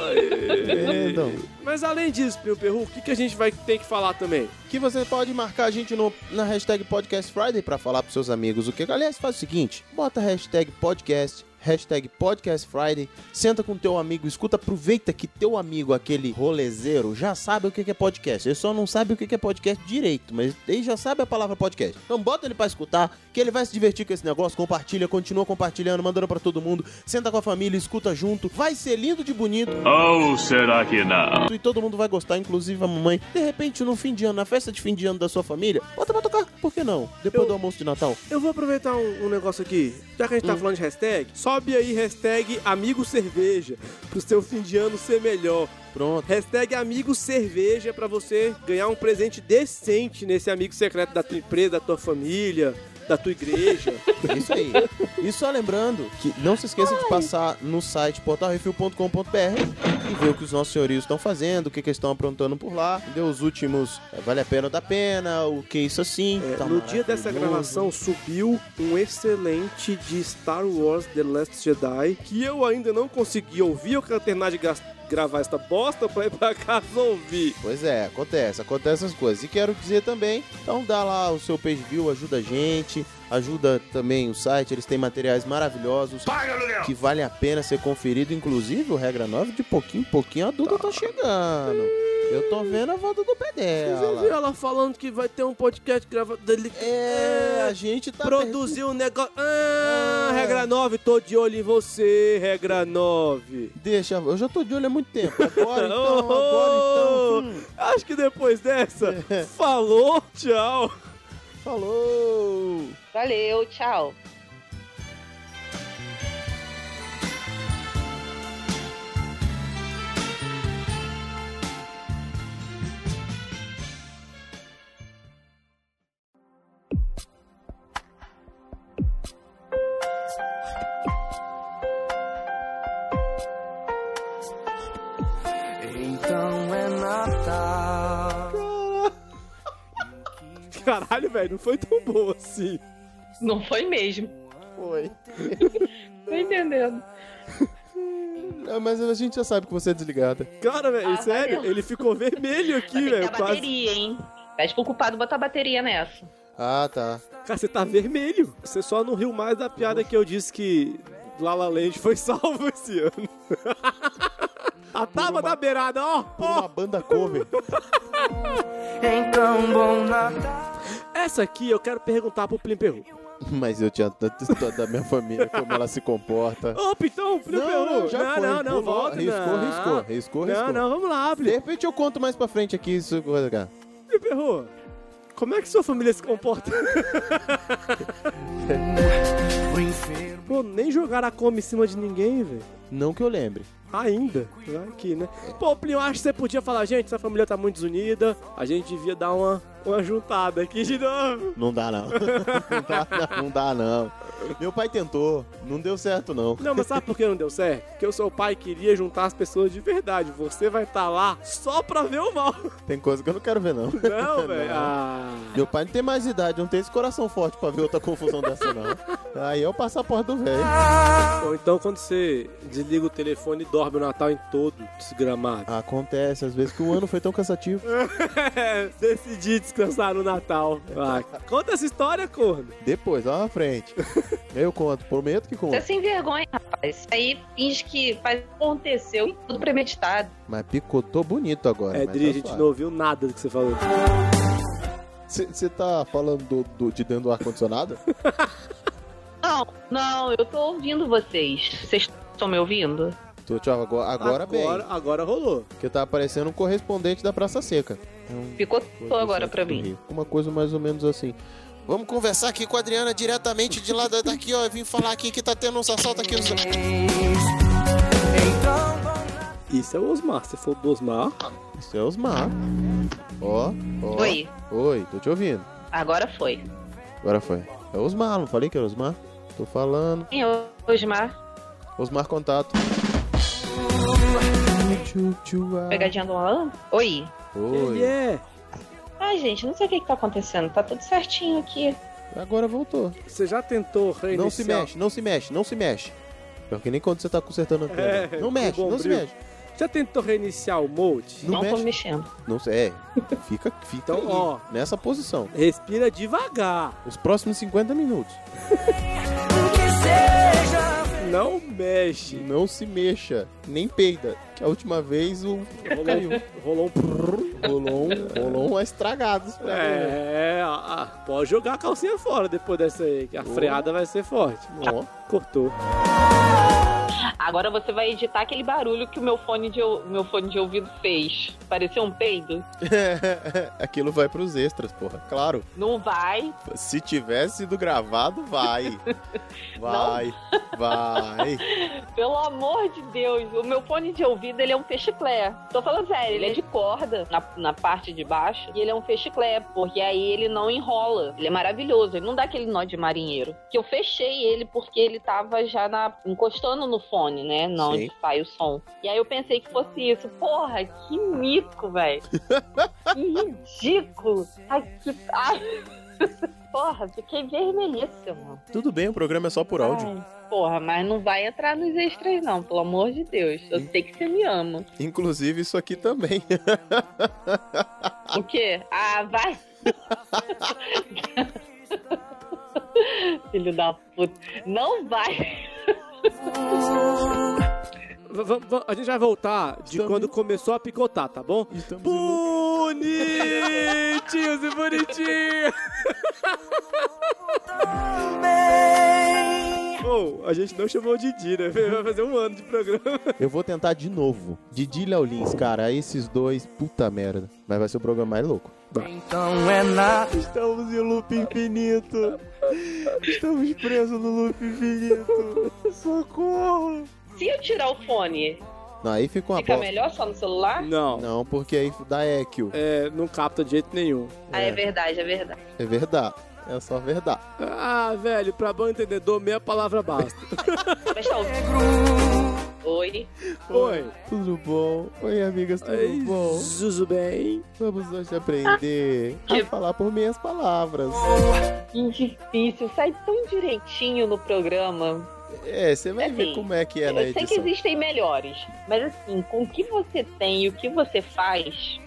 Speaker 2: Oi!
Speaker 1: Então.
Speaker 2: mas além disso, meu perru, o que, que a gente vai ter que falar também?
Speaker 1: Que você pode marcar a gente no- na hashtag Podcast Friday pra falar pros seus amigos o que. Aliás, faz o seguinte: bota a hashtag podcast. Hashtag Podcast Friday, senta com teu amigo, escuta, aproveita que teu amigo, aquele rolezeiro, já sabe o que que é podcast. Ele só não sabe o que que é podcast direito, mas ele já sabe a palavra podcast. Então bota ele pra escutar, que ele vai se divertir com esse negócio, compartilha, continua compartilhando, mandando pra todo mundo, senta com a família, escuta junto, vai ser lindo de bonito.
Speaker 16: Ou será que não?
Speaker 1: E todo mundo vai gostar, inclusive a mamãe. De repente, no fim de ano, na festa de fim de ano da sua família, bota pra tocar. Por que não? Depois do almoço de Natal.
Speaker 2: Eu vou aproveitar um, um negócio aqui. Já que a gente tá falando de hashtag, sobe aí hashtag amigo cerveja pro seu fim de ano ser melhor.
Speaker 1: Pronto.
Speaker 2: Hashtag amigo cerveja pra você ganhar um presente decente nesse amigo secreto da tua empresa, da tua família, da tua igreja.
Speaker 1: É Isso aí. E só lembrando que não se esqueça de passar no site portalrefil.com.br e ver o que os nossos senhorios estão fazendo, o que, que eles estão aprontando por lá. Deu os últimos é, Vale a Pena ou da Pena, o que isso assim. Tá
Speaker 2: É, no dia dessa
Speaker 1: maravilhoso.
Speaker 2: gravação subiu um excelente de Star Wars The Last Jedi que eu ainda não consegui ouvir. Eu quero terminar de gas- gravar esta bosta pra ir pra casa ouvir.
Speaker 1: Pois é, acontece, acontece essas coisas. E quero dizer também, então dá lá o seu page view, ajuda a gente, ajuda também o site, eles têm materiais maravilhosos. Que vale a pena ser conferido, inclusive o Regra 9, de pouquinho em pouquinho a Duda tá, chegando. Eu tô vendo a volta do pé
Speaker 2: Você viu
Speaker 1: dela.
Speaker 2: ela falando que vai ter um podcast gravado dele? É,
Speaker 1: a gente tá.
Speaker 2: Produziu um negócio. Ah, Regra 9, tô de olho em você, regra 9.
Speaker 1: Deixa, eu já tô de olho há muito tempo. Agora hum, então,
Speaker 2: agora então. Acho que depois dessa, falou, tchau.
Speaker 1: Falou!
Speaker 3: Valeu, tchau.
Speaker 6: Então é Natal.
Speaker 2: Caralho, velho, não foi tão boa assim.
Speaker 3: Não foi mesmo.
Speaker 1: Foi.
Speaker 3: Tô entendendo.
Speaker 1: É, Mas a gente já sabe que você é desligada.
Speaker 2: Cara, velho,
Speaker 3: Ah,
Speaker 2: sério,
Speaker 3: valeu.
Speaker 2: ele ficou vermelho
Speaker 3: Vai
Speaker 2: aqui,
Speaker 3: ter que
Speaker 2: velho.
Speaker 3: dar bateria, hein? Pede pro culpado botar bateria nessa.
Speaker 1: Ah, tá.
Speaker 2: Cara, você tá vermelho. Você só não riu mais da piada que eu disse que La La Land foi salvo esse ano. A tábua da beirada, ó.
Speaker 1: uma banda cover.
Speaker 6: Então, bom Natal.
Speaker 2: Essa aqui eu quero perguntar pro Plim Peru.
Speaker 1: Mas eu tinha tanto história da minha família, como ela se comporta.
Speaker 2: Ô, Pitão, Plim Peru. então, não, não, não,
Speaker 1: pulou,
Speaker 2: volta,
Speaker 1: riscou,
Speaker 2: não.
Speaker 1: riscou, riscou,
Speaker 2: Não,
Speaker 1: riscou.
Speaker 2: não, vamos lá, Plim.
Speaker 1: De repente eu conto mais pra frente aqui isso. coisa, cara.
Speaker 2: Plim Peru, como é que sua família se comporta? Pô, nem jogaram a coma em cima de ninguém, velho.
Speaker 1: Não que eu lembre.
Speaker 2: Ainda? né? Aqui, né? Pô, Plinio, acho que você podia falar, gente, essa família tá muito desunida, a gente devia dar uma, uma juntada aqui de novo.
Speaker 1: Não dá, não. não, dá, não. Não dá, não. Meu pai tentou. Não deu certo, não.
Speaker 2: Não, mas sabe por que não deu certo? Porque o seu pai queria juntar as pessoas de verdade. Você vai estar lá só pra ver o mal.
Speaker 1: Tem coisa que eu não quero ver, não.
Speaker 2: Não, velho. Ah.
Speaker 1: Meu pai não tem mais idade, não tem esse coração forte pra ver outra confusão dessa, não. Aí é o passaporte do velho.
Speaker 2: Ou então quando você desliga o telefone e dorme o Natal em todo desgramado.
Speaker 1: Acontece, às vezes, que o ano foi tão cansativo.
Speaker 2: Decidi descansar no Natal. Ah, conta essa história, corno.
Speaker 1: Depois, lá na frente. Eu conto, prometo que
Speaker 3: Você é
Speaker 1: conto.
Speaker 3: sem vergonha, rapaz. Isso Aí finge que faz- aconteceu tudo premeditado.
Speaker 1: Mas picotou bonito agora.
Speaker 2: É,
Speaker 1: mas
Speaker 2: Dri, a
Speaker 1: tá
Speaker 2: gente
Speaker 1: suave.
Speaker 2: não ouviu nada do que você falou.
Speaker 1: Você tá falando do- do- de dentro do ar-condicionado?
Speaker 3: Não, não, eu tô ouvindo vocês. Vocês estão me ouvindo?
Speaker 1: Tô, tchau, agora, agora,
Speaker 2: Agora-
Speaker 1: bem.
Speaker 2: Agora rolou.
Speaker 1: Porque tá aparecendo um correspondente da Praça Seca. É um
Speaker 3: Ficou
Speaker 1: correspondente
Speaker 3: agora pra
Speaker 1: do
Speaker 3: mim.
Speaker 1: Rio. Uma coisa mais ou menos assim. Vamos conversar aqui com a Adriana diretamente de lá da- daqui, ó. Eu vim falar aqui que tá tendo uns assaltos aqui. Nos...
Speaker 2: Isso é o Osmar. Se for do Osmar.
Speaker 1: Isso é Osmar. Ó, ó.
Speaker 3: Oi.
Speaker 1: Oi, tô te ouvindo.
Speaker 3: Agora foi.
Speaker 1: Agora foi. É Osmar, não falei que era Osmar? Tô falando.
Speaker 3: Quem é o Osmar?
Speaker 1: Osmar Contato.
Speaker 3: Pegadinha do Alan? Oi.
Speaker 1: Oi.
Speaker 2: é.
Speaker 3: Ah, gente, não sei o que, que tá acontecendo. Tá tudo certinho aqui.
Speaker 1: Agora voltou.
Speaker 2: Você já tentou reiniciar?
Speaker 1: Não se mexe, não se mexe, não se mexe. Pior que nem quando você tá consertando a antena.
Speaker 2: É,
Speaker 1: não mexe,
Speaker 2: o
Speaker 1: não se
Speaker 2: Bombril.
Speaker 1: mexe.
Speaker 2: Já tentou reiniciar o molde?
Speaker 1: Não Não tô mexe.
Speaker 3: mexendo.
Speaker 1: Não sei. É, fica, fica
Speaker 2: Então,
Speaker 1: aí,
Speaker 2: ó.
Speaker 1: nessa posição.
Speaker 2: Respira devagar.
Speaker 1: Os próximos 50 minutos.
Speaker 2: Não mexe.
Speaker 1: Não se mexa, nem peida. Que a última vez o caiu.
Speaker 2: Rolou é. um prrr.
Speaker 1: Rolou um, rolou um estragado. esse programa.
Speaker 2: É, ah, ah, pode jogar a calcinha fora depois dessa aí, que a freada vai ser forte.
Speaker 1: Ó.
Speaker 2: Cortou.
Speaker 3: Agora você vai editar aquele barulho que o meu fone de, ou- meu fone de ouvido fez. Pareceu um peido?
Speaker 1: Aquilo vai pros extras, porra. Claro.
Speaker 3: Não vai.
Speaker 1: Se tivesse sido gravado, vai. Vai, vai.
Speaker 3: Pelo amor de Deus, o meu fone de ouvido ele é um fechiclé. Tô falando sério, ele é de corda na, na parte de baixo e ele é um fechiclé, porque aí ele não enrola. Ele é maravilhoso, ele não dá aquele nó de marinheiro. Que eu fechei ele porque ele tava já na- encostando no fone, né? Não,
Speaker 1: Sim.
Speaker 3: onde sai o som. E aí eu pensei que fosse isso. Porra, que mico, velho. que ridículo. Ai, que. Ai. Porra, fiquei vermelhíssimo.
Speaker 1: Tudo bem, o programa é só por áudio.
Speaker 3: Porra, mas não vai entrar nos extras, não, pelo amor de Deus. Eu sei que você me ama.
Speaker 1: Inclusive, isso aqui também.
Speaker 3: O quê? Ah, vai! Filho da puta. Não vai!
Speaker 2: V- v- v- a gente vai voltar de quando começou a picotar, tá bom? Bonitinhos e bonitinhas! Bom, a gente não chamou o Didi, né? Vai fazer um ano de programa.
Speaker 1: Eu vou tentar de novo. Didi e Léo Lins, cara, esses dois, puta merda. Mas vai ser o programa mais louco.
Speaker 13: Então é na.
Speaker 2: Estamos em loop infinito. Estamos presos no loop infinito. Socorro.
Speaker 3: Se eu tirar o fone,
Speaker 1: Não, aí fica uma
Speaker 3: fica
Speaker 1: bosta.
Speaker 3: melhor só no celular?
Speaker 2: Não.
Speaker 1: Não, porque aí dá equio.
Speaker 2: É, não capta de jeito nenhum.
Speaker 3: Ah, é verdade, é verdade.
Speaker 1: É verdade. É só verdade.
Speaker 2: Ah, velho, pra bom entendedor, meia palavra basta.
Speaker 3: Mas tá Oi.
Speaker 2: Oi.
Speaker 1: Tudo bom? Oi, amigas, tudo
Speaker 2: Oi,
Speaker 1: bom?
Speaker 2: Tudo bem?
Speaker 1: Vamos hoje aprender a
Speaker 3: Tipo-
Speaker 1: falar por meias palavras.
Speaker 3: Que difícil. Sai tão direitinho no programa.
Speaker 1: É, você vai ver
Speaker 3: Assim,
Speaker 1: como é que é na
Speaker 3: Eu sei que
Speaker 1: edição.
Speaker 3: existem melhores, mas assim, com o que você tem e o que você faz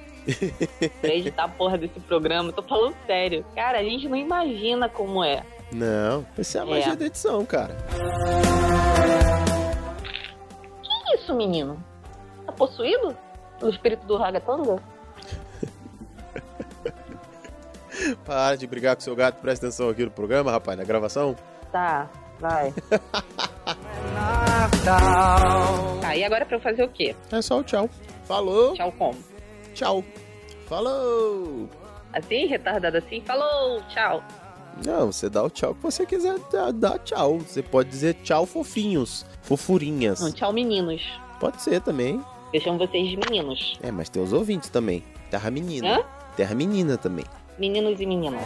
Speaker 3: pra editar a porra desse programa, tô falando sério. Cara, a gente não imagina como é.
Speaker 1: Não, essa é a magia
Speaker 3: É.
Speaker 1: da edição, cara.
Speaker 3: Que isso, menino? Tá possuído? O espírito do Ragatanga?
Speaker 1: Para de brigar com seu gato, presta atenção aqui no programa, rapaz, na gravação.
Speaker 3: Tá, vai. Tá, e agora pra eu fazer o quê?
Speaker 1: É só o tchau. Falou.
Speaker 3: Tchau como?
Speaker 1: Tchau. Falou.
Speaker 3: Assim, retardado assim? Falou, tchau.
Speaker 1: Não, você dá o tchau que você quiser dar- dar tchau. Você pode dizer tchau fofinhos, fofurinhas.
Speaker 3: Não, tchau, meninos.
Speaker 1: Pode ser também.
Speaker 3: Eu chamo vocês de meninos.
Speaker 1: É, mas tem os ouvintes também. Terra menina. Terra menina também.
Speaker 3: Meninos e meninas.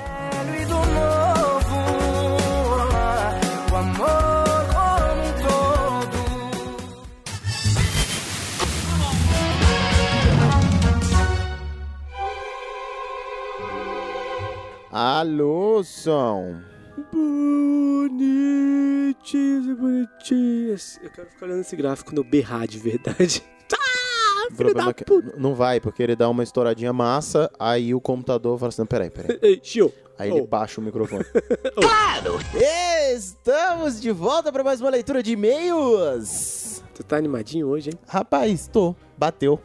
Speaker 13: O amor como um todo.
Speaker 1: Alô, som.
Speaker 2: Bonitinhos e bonitinhas. Eu quero ficar olhando esse gráfico no berrar de verdade. Ah,
Speaker 1: O
Speaker 2: filho
Speaker 1: problema
Speaker 2: da
Speaker 1: é que não vai, porque ele dá uma estouradinha massa, aí o computador fala assim, não, peraí, peraí.
Speaker 2: Ei, Chio.
Speaker 1: Aí ele
Speaker 2: Oh.
Speaker 1: baixa o microfone. Claro! Estamos de volta para mais uma leitura de e-mails.
Speaker 2: Tu tá animadinho hoje, hein?
Speaker 1: Rapaz, tô. Bateu.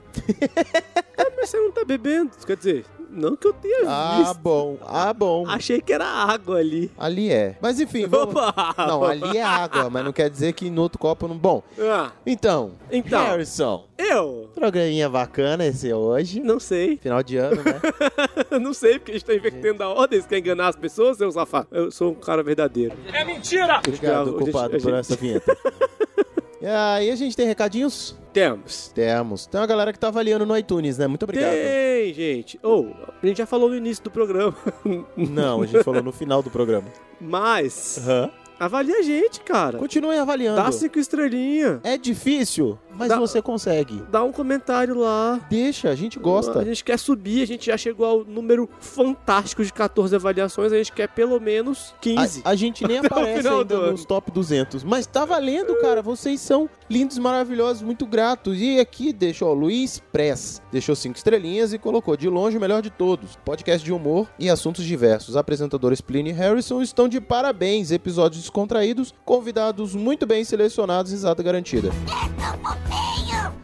Speaker 2: Mas você não tá bebendo. Quer dizer, não que eu tenha
Speaker 1: Ah,
Speaker 2: visto.
Speaker 1: bom. Ah, bom.
Speaker 2: Achei que era água ali.
Speaker 1: Ali é. Mas enfim, vamos...
Speaker 2: Opa!
Speaker 1: Não, ali é água, mas não quer dizer que no outro copo não... Bom,
Speaker 2: Ah,
Speaker 1: então...
Speaker 2: Então.
Speaker 1: Harrison.
Speaker 2: eu
Speaker 1: Programinha bacana esse hoje.
Speaker 2: não sei.
Speaker 1: Final de ano, né?
Speaker 2: não sei porque a gente tá invertendo a ordem. Você quer enganar as pessoas, seu safado? Eu sou um cara verdadeiro.
Speaker 7: É mentira!
Speaker 1: Obrigado, culpado, por essa vinheta. E aí, a gente tem recadinhos?
Speaker 2: Temos.
Speaker 1: Temos. Tem uma galera que tá avaliando no iTunes, né? Muito obrigado.
Speaker 2: Tem, gente. Ou, a gente já falou no início do programa.
Speaker 1: Não, a gente falou no final do programa.
Speaker 2: Mas,
Speaker 1: Aham.
Speaker 2: avalia a gente, cara.
Speaker 1: Continuem avaliando.
Speaker 2: Dá cinco estrelinhas.
Speaker 1: É difícil, mas
Speaker 2: Dá-
Speaker 1: você consegue.
Speaker 2: Dá um comentário lá.
Speaker 1: Deixa, a gente
Speaker 2: A
Speaker 1: gosta.
Speaker 2: gente quer subir, a gente já chegou ao número fantástico de 14 avaliações, a gente quer pelo menos 15.
Speaker 1: A, a gente nem
Speaker 2: é Até o
Speaker 1: aparece
Speaker 2: final
Speaker 1: ainda
Speaker 2: do ano.
Speaker 1: nos top 200. Mas tá valendo, cara. Vocês são lindos, maravilhosos, muito gratos. E aqui deixou o Luiz Press. Deixou cinco estrelinhas e colocou de longe o melhor de todos. Podcast de humor e assuntos diversos. Apresentadores Pliny e Harrison estão de parabéns. Episódios descontraídos, convidados muito bem selecionados, risada garantida.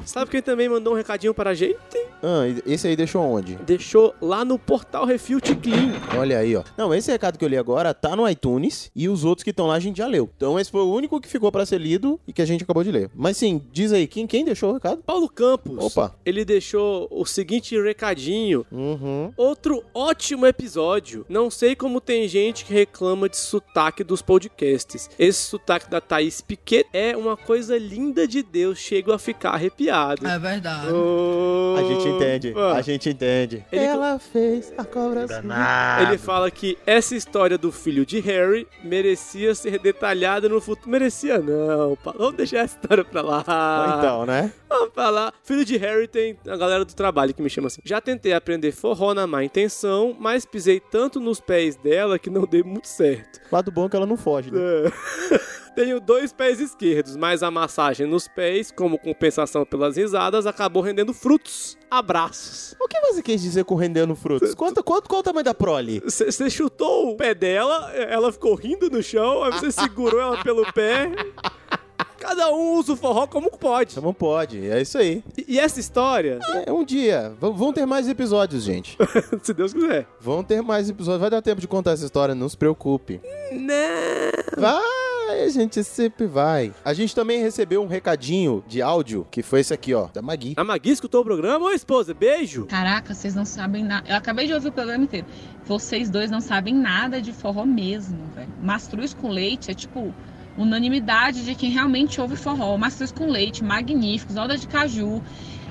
Speaker 2: Sabe quem também mandou um recadinho para a gente?
Speaker 1: Ah, e- esse aí deixou onde?
Speaker 2: Deixou lá no portal Refilt Clean.
Speaker 1: Olha aí, ó. Não, esse recado que eu li agora tá no iTunes e os outros que estão lá a gente já leu. Então esse foi o único que ficou pra ser lido e que a gente acabou de ler. Mas sim, diz aí, quem, quem deixou o recado?
Speaker 2: Paulo Campos.
Speaker 1: Opa.
Speaker 2: Ele deixou o seguinte recadinho.
Speaker 1: Uhum.
Speaker 2: Outro ótimo episódio. Não sei como tem gente que reclama de sotaque dos podcasts. Esse sotaque da Thaís Piquet é uma coisa linda de Deus. Chego a ficar arrepiado.
Speaker 13: É verdade.
Speaker 1: A gente entende, a gente entende.
Speaker 2: Ele-
Speaker 1: Ela fez a cobra subir.
Speaker 2: Ele fala que essa história do filho de Harry merecia ser detalhada no futuro. Merecia não, Paulo. Vamos deixar essa história pra lá.
Speaker 1: Então, né?
Speaker 2: Vamos pra lá. Filho de Harry tem a galera do trabalho que me chama assim. Já tentei aprender forró na má intenção, mas pisei tanto nos pés dela que não deu muito certo.
Speaker 1: Lado bom é que ela não foge, né?
Speaker 2: É. Tenho dois pés esquerdos, mas a massagem nos pés, como compensação pelas risadas, acabou rendendo frutos. Abraços.
Speaker 1: O que você quis dizer com rendendo frutos? Conta, quanto, qual o tamanho da prole?
Speaker 2: Você chutou o pé dela, ela ficou rindo no chão, aí você segurou ela pelo pé. Cada um usa o forró como pode.
Speaker 1: Não pode, é isso aí.
Speaker 2: E- E essa história,
Speaker 1: É um dia. V- vão ter mais episódios, gente.
Speaker 2: se Deus quiser.
Speaker 1: Vão ter mais episódios. Vai dar tempo de contar essa história, não se preocupe.
Speaker 2: Não.
Speaker 1: Vai! Aí a gente sempre vai. A gente também recebeu um recadinho de áudio, que foi esse aqui, ó, da Magui.
Speaker 2: A Magui escutou o programa, ô esposa? Beijo!
Speaker 17: Caraca, vocês não sabem nada. Eu acabei de ouvir o programa inteiro. Vocês dois não sabem nada de forró mesmo, velho. Mastruz com leite é tipo unanimidade de quem realmente ouve forró. Mastruz com leite, magníficos, onda de caju.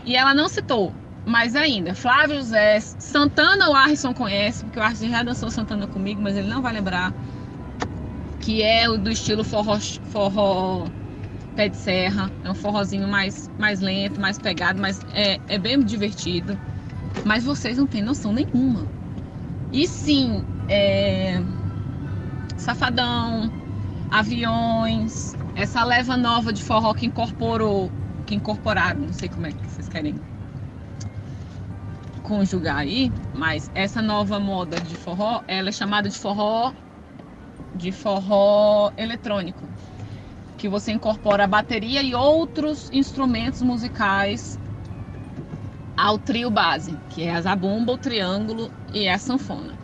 Speaker 17: E ela não citou. Mas ainda, Flávio José, Santana o Arson conhece, porque o Arson já dançou Santana comigo, mas ele não vai lembrar. Que é o do estilo forró, forró pé de serra. É um forrozinho mais, mais lento, mais pegado, mas é, é bem divertido. Mas vocês não têm noção nenhuma. E sim, é... Safadão, Aviões, essa leva nova de forró que incorporou, que incorporaram, não sei como é que vocês querem conjugar aí, mas essa nova moda de forró, ela é chamada de forró de forró eletrônico, que você incorpora a bateria e outros instrumentos musicais ao trio base, que é a zabumba, o triângulo e a sanfona.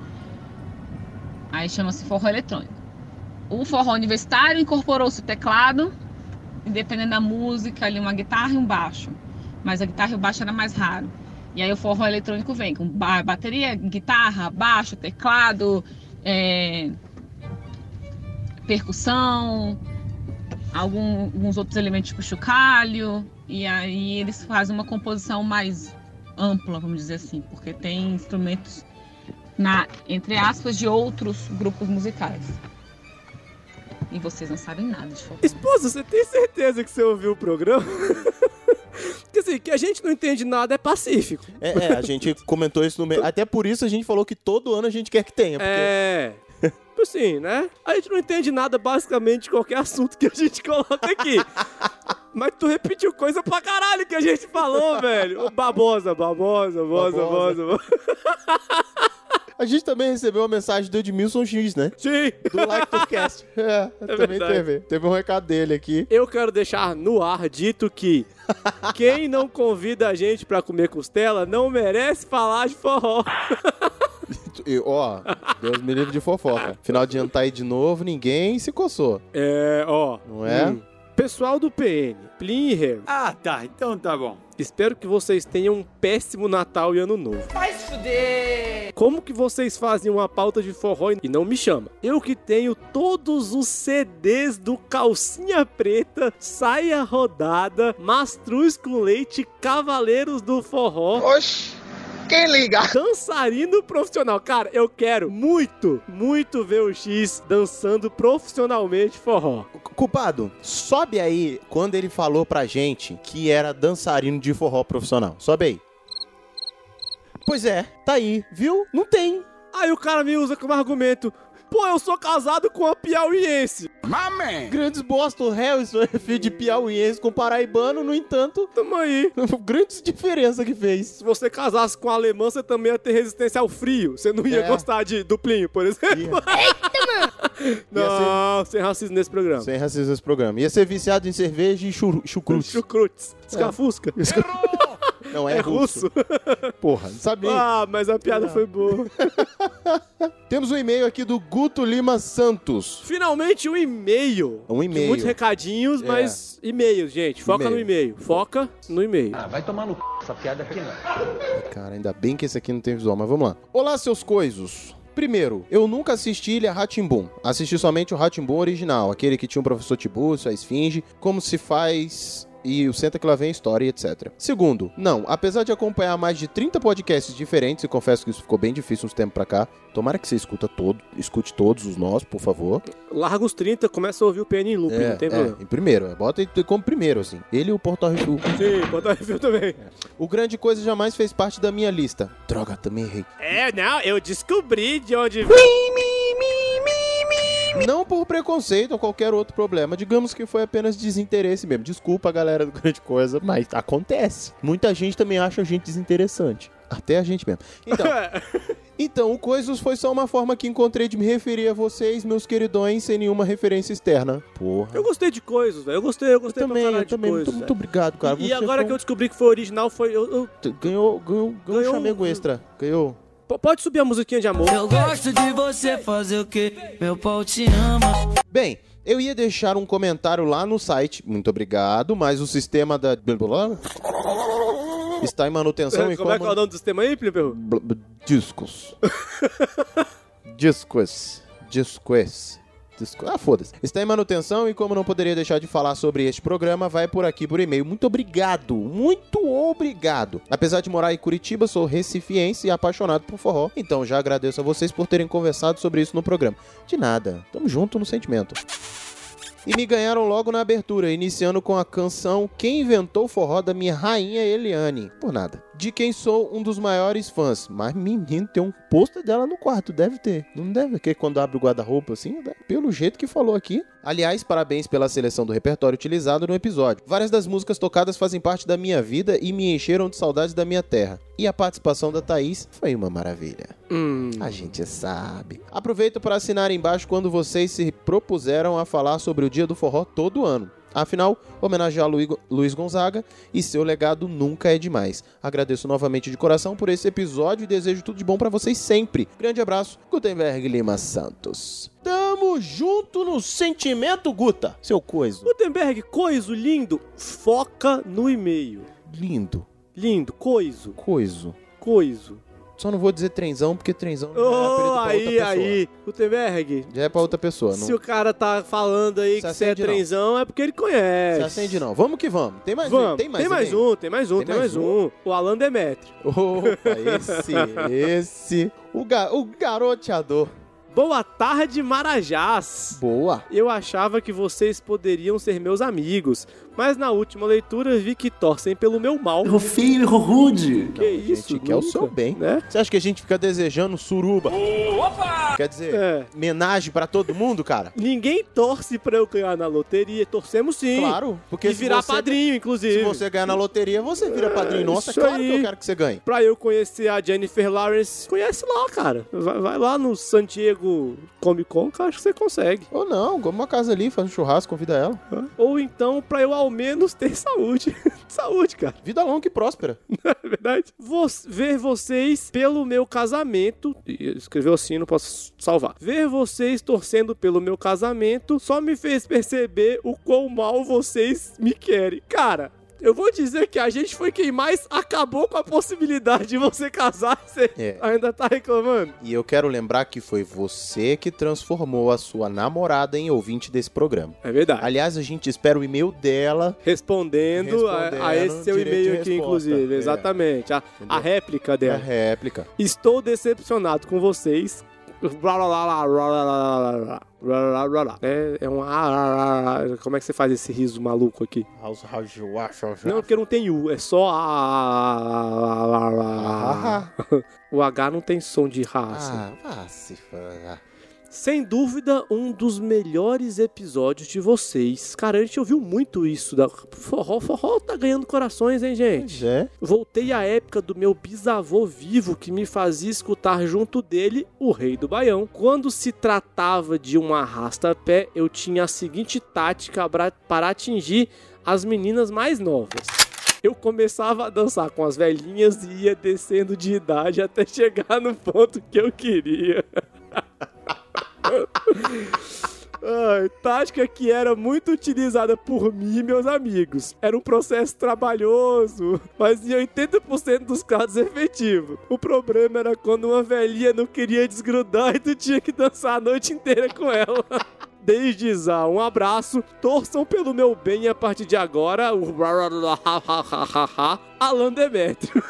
Speaker 17: Aí chama-se forró eletrônico. O forró universitário incorporou-se o teclado, e dependendo da música, ali uma guitarra e um baixo. Mas a guitarra e o baixo era mais raro. E aí o forró eletrônico vem com ba- bateria, guitarra, baixo, teclado, é, percussão, algum- alguns outros elementos tipo chocalho. E aí eles fazem uma composição mais ampla, vamos dizer assim, porque tem instrumentos, na, entre aspas, de outros grupos musicais. E vocês não sabem nada de forró.
Speaker 2: Esposa, você tem certeza que você ouviu o programa? Porque assim, que a gente não entende nada é pacífico.
Speaker 1: É, é, a gente comentou isso no meio. Até por isso a gente falou que todo ano a gente quer que tenha. Porque...
Speaker 2: É. Tipo assim, né? A gente não entende nada basicamente de qualquer assunto que a gente coloca aqui. Mas tu repetiu coisa pra caralho que a gente falou, velho. Ô, Babosa, babosa, babosa, babosa. babosa.
Speaker 1: A gente também recebeu uma mensagem do Edmilson X, né?
Speaker 2: Sim.
Speaker 1: Do Like Podcast. É, também
Speaker 2: verdade.
Speaker 1: teve. Teve um recado dele aqui.
Speaker 2: Eu quero deixar no ar dito que quem não convida a gente pra comer costela não merece falar de forró.
Speaker 1: E, ó, Deus me livre de fofoca. Final de ano tá aí de novo, ninguém se coçou.
Speaker 2: É, ó.
Speaker 1: Não é?
Speaker 2: Hum. Pessoal do PN, Plin e Harry.
Speaker 7: Ah, tá. Então tá bom.
Speaker 2: Espero que vocês tenham um péssimo Natal e Ano Novo.
Speaker 14: Vai se fuder!
Speaker 2: Como que vocês fazem uma pauta de forró e não me chama? Eu que tenho todos os CDs do Calcinha Preta, Saia Rodada, Mastruz com Leite, Cavaleiros do Forró.
Speaker 14: Oxi! Quem liga?
Speaker 2: Dançarino profissional. Cara, eu quero muito, muito ver o X dançando profissionalmente forró.
Speaker 1: Culpado, sobe aí quando ele falou pra gente que era dançarino de forró profissional. Sobe aí. Pois é, tá aí, viu? Não tem.
Speaker 2: Aí o cara me usa como argumento. Pô, eu sou casado com a piauiense.
Speaker 14: Mamãe!
Speaker 1: Grandes bosta, o Harrison é filho de piauiense com paraibano, no entanto,
Speaker 2: Tamo aí.
Speaker 1: grandes diferença que fez.
Speaker 2: Se você casasse com um alemão, você também ia ter resistência ao frio. Você não ia
Speaker 1: É.
Speaker 2: gostar de duplinho, por exemplo. Eita, mano! Não, sem racismo nesse programa.
Speaker 1: Sem racismo nesse programa. Ia ser viciado em cerveja e chur- chucrute.
Speaker 2: Chucrutes.
Speaker 1: É.
Speaker 2: Escafusca.
Speaker 1: Não, é,
Speaker 2: É
Speaker 1: russo.
Speaker 2: russo.
Speaker 1: Porra, não sabia.
Speaker 2: Ah, mas a piada
Speaker 1: Tá.
Speaker 2: foi boa.
Speaker 1: Temos um e-mail aqui do Guto Lima Santos.
Speaker 2: Finalmente um e-mail.
Speaker 1: Um e-mail.
Speaker 2: Muitos recadinhos,
Speaker 1: É.
Speaker 2: mas e-mails, gente. Foca no e-mail. Foca no e-mail.
Speaker 1: Ah.
Speaker 9: Ah, vai tomar no c... essa piada aqui né? não.
Speaker 1: Cara, ainda bem que esse aqui não tem visual, mas vamos lá. Olá, seus coisos. Primeiro, eu nunca assisti Ilha Ratimbum. Assisti somente o Ratimbum original, aquele que tinha o professor Tibúrcio, a Esfinge, como se faz e o Senta que lá vem a história, e etc. Segundo, não, apesar de acompanhar mais de 30 podcasts diferentes, e confesso que isso ficou bem difícil uns tempos pra cá, tomara que você escuta todo, escute todos os nossos, por favor. é,
Speaker 2: Larga os 30, começa a ouvir o PN em loop, não tem problema.
Speaker 1: em primeiro, é, bota ele como primeiro, assim. Ele e o Portal Review.
Speaker 2: Sim, bota review também.
Speaker 1: O Grande Coisa jamais fez parte da minha lista. Droga, também errei.
Speaker 2: É, não, eu descobri de onde...
Speaker 1: Não por preconceito ou qualquer outro problema. Digamos que foi apenas desinteresse mesmo. Desculpa, galera do Grande Coisa, mas acontece. Muita gente também acha a gente desinteressante. Até a gente mesmo. Então, então, o Coisas foi só uma forma que encontrei de me referir a vocês, meus queridões, sem nenhuma referência externa. Porra.
Speaker 2: Eu gostei de coisas, velho. Eu gostei, eu gostei pra
Speaker 1: também,
Speaker 2: caralho
Speaker 1: eu
Speaker 2: de
Speaker 1: também.
Speaker 2: coisas.
Speaker 1: muito, muito
Speaker 2: velho.
Speaker 1: obrigado, cara.
Speaker 2: E
Speaker 1: Você
Speaker 2: agora
Speaker 1: foi
Speaker 2: que eu descobri que foi original, foi. eu- eu-
Speaker 1: um- Ganhou, ganhou, ganhou, um
Speaker 2: Ganhou
Speaker 1: chamego
Speaker 2: um-
Speaker 1: extra. Ganhou.
Speaker 2: P- Pode subir a musiquinha de amor.
Speaker 13: Eu gosto de você fazer o que? Meu pau te ama.
Speaker 1: Bem, Eu ia deixar um comentário lá no site, muito obrigado, mas o sistema da. Está em manutenção e
Speaker 2: Como é que é o nome do sistema aí, Felipe?
Speaker 1: Bl- bl- Discos. Discos. Discos. Disco- Ah, foda-se. Está em manutenção e como não poderia deixar de falar sobre este programa, vai por aqui por e-mail. Muito obrigado, muito obrigado. Apesar de morar em Curitiba, sou recifiense e apaixonado por forró. Então já agradeço a vocês por terem conversado sobre isso no programa. De nada. Tamo junto no sentimento. E me ganharam logo na abertura, iniciando com a canção Quem Inventou o Forró da minha rainha Eliane. Por nada. De quem sou um dos maiores fãs. Mas menino, tem um pôster dela no quarto, deve ter. Não deve, porque quando abre o guarda-roupa assim, né? pelo jeito que falou aqui. Aliás, parabéns pela seleção do repertório utilizado no episódio. Várias das músicas tocadas fazem parte da minha vida e me encheram de saudades da minha terra. E a participação da Thaís foi uma maravilha. A gente sabe. Aproveito para assinar embaixo quando vocês se propuseram a falar sobre o Dia do Forró todo ano. Afinal, homenagear Luí- Luiz Gonzaga e seu legado nunca é demais. Agradeço novamente de coração por esse episódio e desejo tudo de bom para vocês sempre. Grande abraço, Gutenberg Lima Santos. Tamo junto no sentimento, Guta, seu coiso.
Speaker 2: Gutenberg, coiso lindo, foca no e-mail.
Speaker 1: Lindo.
Speaker 2: Lindo, coiso.
Speaker 1: Coiso.
Speaker 2: Coiso.
Speaker 1: Só não vou dizer trenzão, porque trenzão não é apelido
Speaker 2: Oh,
Speaker 1: pra outra
Speaker 2: aí,
Speaker 1: pessoa.
Speaker 2: aí. Gutenberg,
Speaker 1: Já é pra outra pessoa. Não...
Speaker 2: se o cara tá falando aí que você é
Speaker 1: acende, não.
Speaker 2: trenzão, é porque ele conhece.
Speaker 1: Se acende não. Vamos que vamos. Tem mais um.
Speaker 2: Vamos.
Speaker 1: Tem mais, e-mail?
Speaker 2: um, tem mais um, tem, mais um. O Alan Demetrio.
Speaker 1: Opa, esse, esse. O, ga o garoteador.
Speaker 2: Boa tarde, Marajás.
Speaker 1: Boa.
Speaker 2: Eu achava que vocês poderiam ser meus amigos, mas na última leitura vi que torcem pelo meu mal.
Speaker 1: Errou feio, errou rude.
Speaker 2: Que isso,
Speaker 1: gente quer o
Speaker 2: nunca,
Speaker 1: seu bem.
Speaker 2: né?
Speaker 1: Você acha que a gente fica desejando suruba? Quer dizer,
Speaker 2: É.
Speaker 1: homenagem pra todo mundo, cara?
Speaker 2: Ninguém torce pra eu ganhar na loteria. Torcemos sim.
Speaker 1: Claro, porque
Speaker 2: e
Speaker 1: se
Speaker 2: virar
Speaker 1: você-
Speaker 2: padrinho, inclusive.
Speaker 1: Se você ganhar na loteria, você vira padrinho. Nossa, é
Speaker 2: isso
Speaker 1: claro que eu
Speaker 2: aí.
Speaker 1: quero que você ganhe.
Speaker 2: Pra eu conhecer a Jennifer Lawrence, conhece lá, cara. Vai, vai lá no San Diego Comic Con que eu acho que você consegue.
Speaker 1: Ou não, como uma casa ali, faz um churrasco, convida ela.
Speaker 2: Ou então, pra eu ao menos ter saúde. saúde, cara.
Speaker 1: Vida longa e próspera.
Speaker 2: Não é verdade? Vou ver vocês pelo meu casamento. E Escreveu assim, não posso salvar. Ver vocês torcendo pelo meu casamento só me fez perceber o quão mal vocês me querem. Cara. Eu vou dizer que a gente foi quem mais acabou com a possibilidade de você casar. Você
Speaker 1: É.
Speaker 2: ainda tá reclamando?
Speaker 1: E eu quero lembrar que foi você que transformou a sua namorada em ouvinte desse programa.
Speaker 2: É verdade.
Speaker 1: Aliás, a gente espera o e-mail dela.
Speaker 2: Respondendo, a- a,
Speaker 1: Respondendo,
Speaker 2: esse seu
Speaker 1: direito de
Speaker 2: e-mail aqui,
Speaker 1: resposta.
Speaker 2: inclusive.
Speaker 1: É.
Speaker 2: Exatamente. A, a réplica
Speaker 1: É
Speaker 2: dela.
Speaker 1: réplica.
Speaker 2: Estou decepcionado com vocês. Blá, blá, blá, blá, blá, blá, blá, blá, blá, blá, blá. É, é um. ah, ah, ah, ah. Como é que você faz esse riso maluco aqui?
Speaker 1: House Rajuá,
Speaker 2: Não, porque não tem U, é só. ah, ah, ah, ah, ah, ah. O H não tem som de raça.
Speaker 1: Ah, vá se falar.
Speaker 2: Sem dúvida, um dos melhores episódios de vocês. Cara, a gente ouviu muito isso. Da... Forró, forró tá ganhando corações, hein, gente?
Speaker 1: É.
Speaker 2: Voltei à época do meu bisavô vivo que me fazia escutar junto dele o Rei do Baião. Quando se tratava de um arrasta-pé, eu tinha a seguinte tática pra- para atingir as meninas mais novas. Eu começava a dançar com as velhinhas e ia descendo de idade até chegar no ponto que eu queria. Ai, tática que era muito utilizada por mim e meus amigos. Era um processo trabalhoso, mas em 80% dos casos efetivo. O problema era quando uma velhinha não queria desgrudar e tu tinha que dançar a noite inteira com ela. Desde já, um abraço. Torçam pelo meu bem a partir de agora. O Alan Demetrio.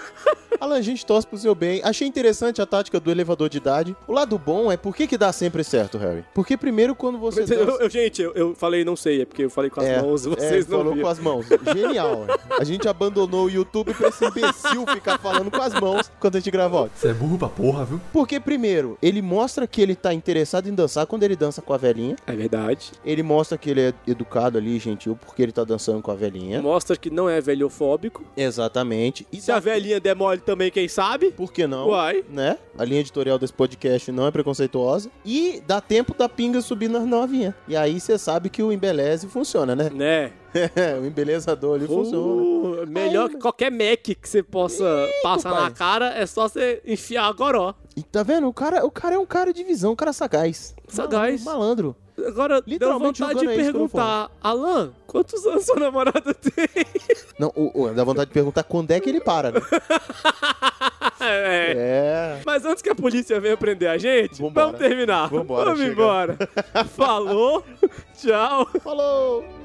Speaker 1: Alan, a gente torce pro seu bem. Achei interessante a tática do elevador de idade. O lado bom é por que, que dá sempre certo, Harry? Porque primeiro quando você.
Speaker 2: Eu-
Speaker 1: dança-
Speaker 2: eu- gente, eu, eu falei não sei, é porque eu falei com as
Speaker 1: É,
Speaker 2: mãos, vocês
Speaker 1: é,
Speaker 2: não
Speaker 1: falou
Speaker 2: viram.
Speaker 1: com as mãos. Genial. A gente abandonou o YouTube pra esse imbecil ficar falando com as mãos quando a gente gravou.
Speaker 18: Você é burro pra porra, viu?
Speaker 1: Porque, primeiro, ele mostra que ele tá interessado em dançar quando ele dança com a velhinha.
Speaker 2: É verdade.
Speaker 1: Ele mostra que ele é educado ali, gentil, porque ele tá dançando com a velhinha.
Speaker 2: Mostra que não é velhofóbico.
Speaker 1: Exatamente. E
Speaker 2: Se a velhinha der mole também, quem sabe?
Speaker 1: Por que não?
Speaker 2: Uai.
Speaker 1: Né? A linha editorial desse podcast não é preconceituosa. E dá tempo da pinga subir nas novinhas. E aí você sabe que o embeleze funciona, né?
Speaker 2: Né?
Speaker 1: o embelezador ali
Speaker 2: Uh,
Speaker 1: funciona.
Speaker 2: Melhor que qualquer Mac que você possa passar na
Speaker 1: papai.
Speaker 2: cara, é só você enfiar a goró.
Speaker 1: E tá vendo? O cara, o cara é um cara de visão, um cara sagaz.
Speaker 2: Sagaz.
Speaker 1: Malandro.
Speaker 2: Agora, deu
Speaker 1: Literalmente
Speaker 2: vontade de
Speaker 1: jogando é aí,
Speaker 2: perguntar, Alan, quantos anos sua namorada tem?
Speaker 1: Não, o, o- dá vontade de perguntar quando é que ele para, né? É.
Speaker 2: Mas antes que a polícia venha prender a gente, vamos terminar.
Speaker 1: Vambora,
Speaker 2: vamos
Speaker 1: chega.
Speaker 2: embora. Falou, tchau.
Speaker 1: Falou.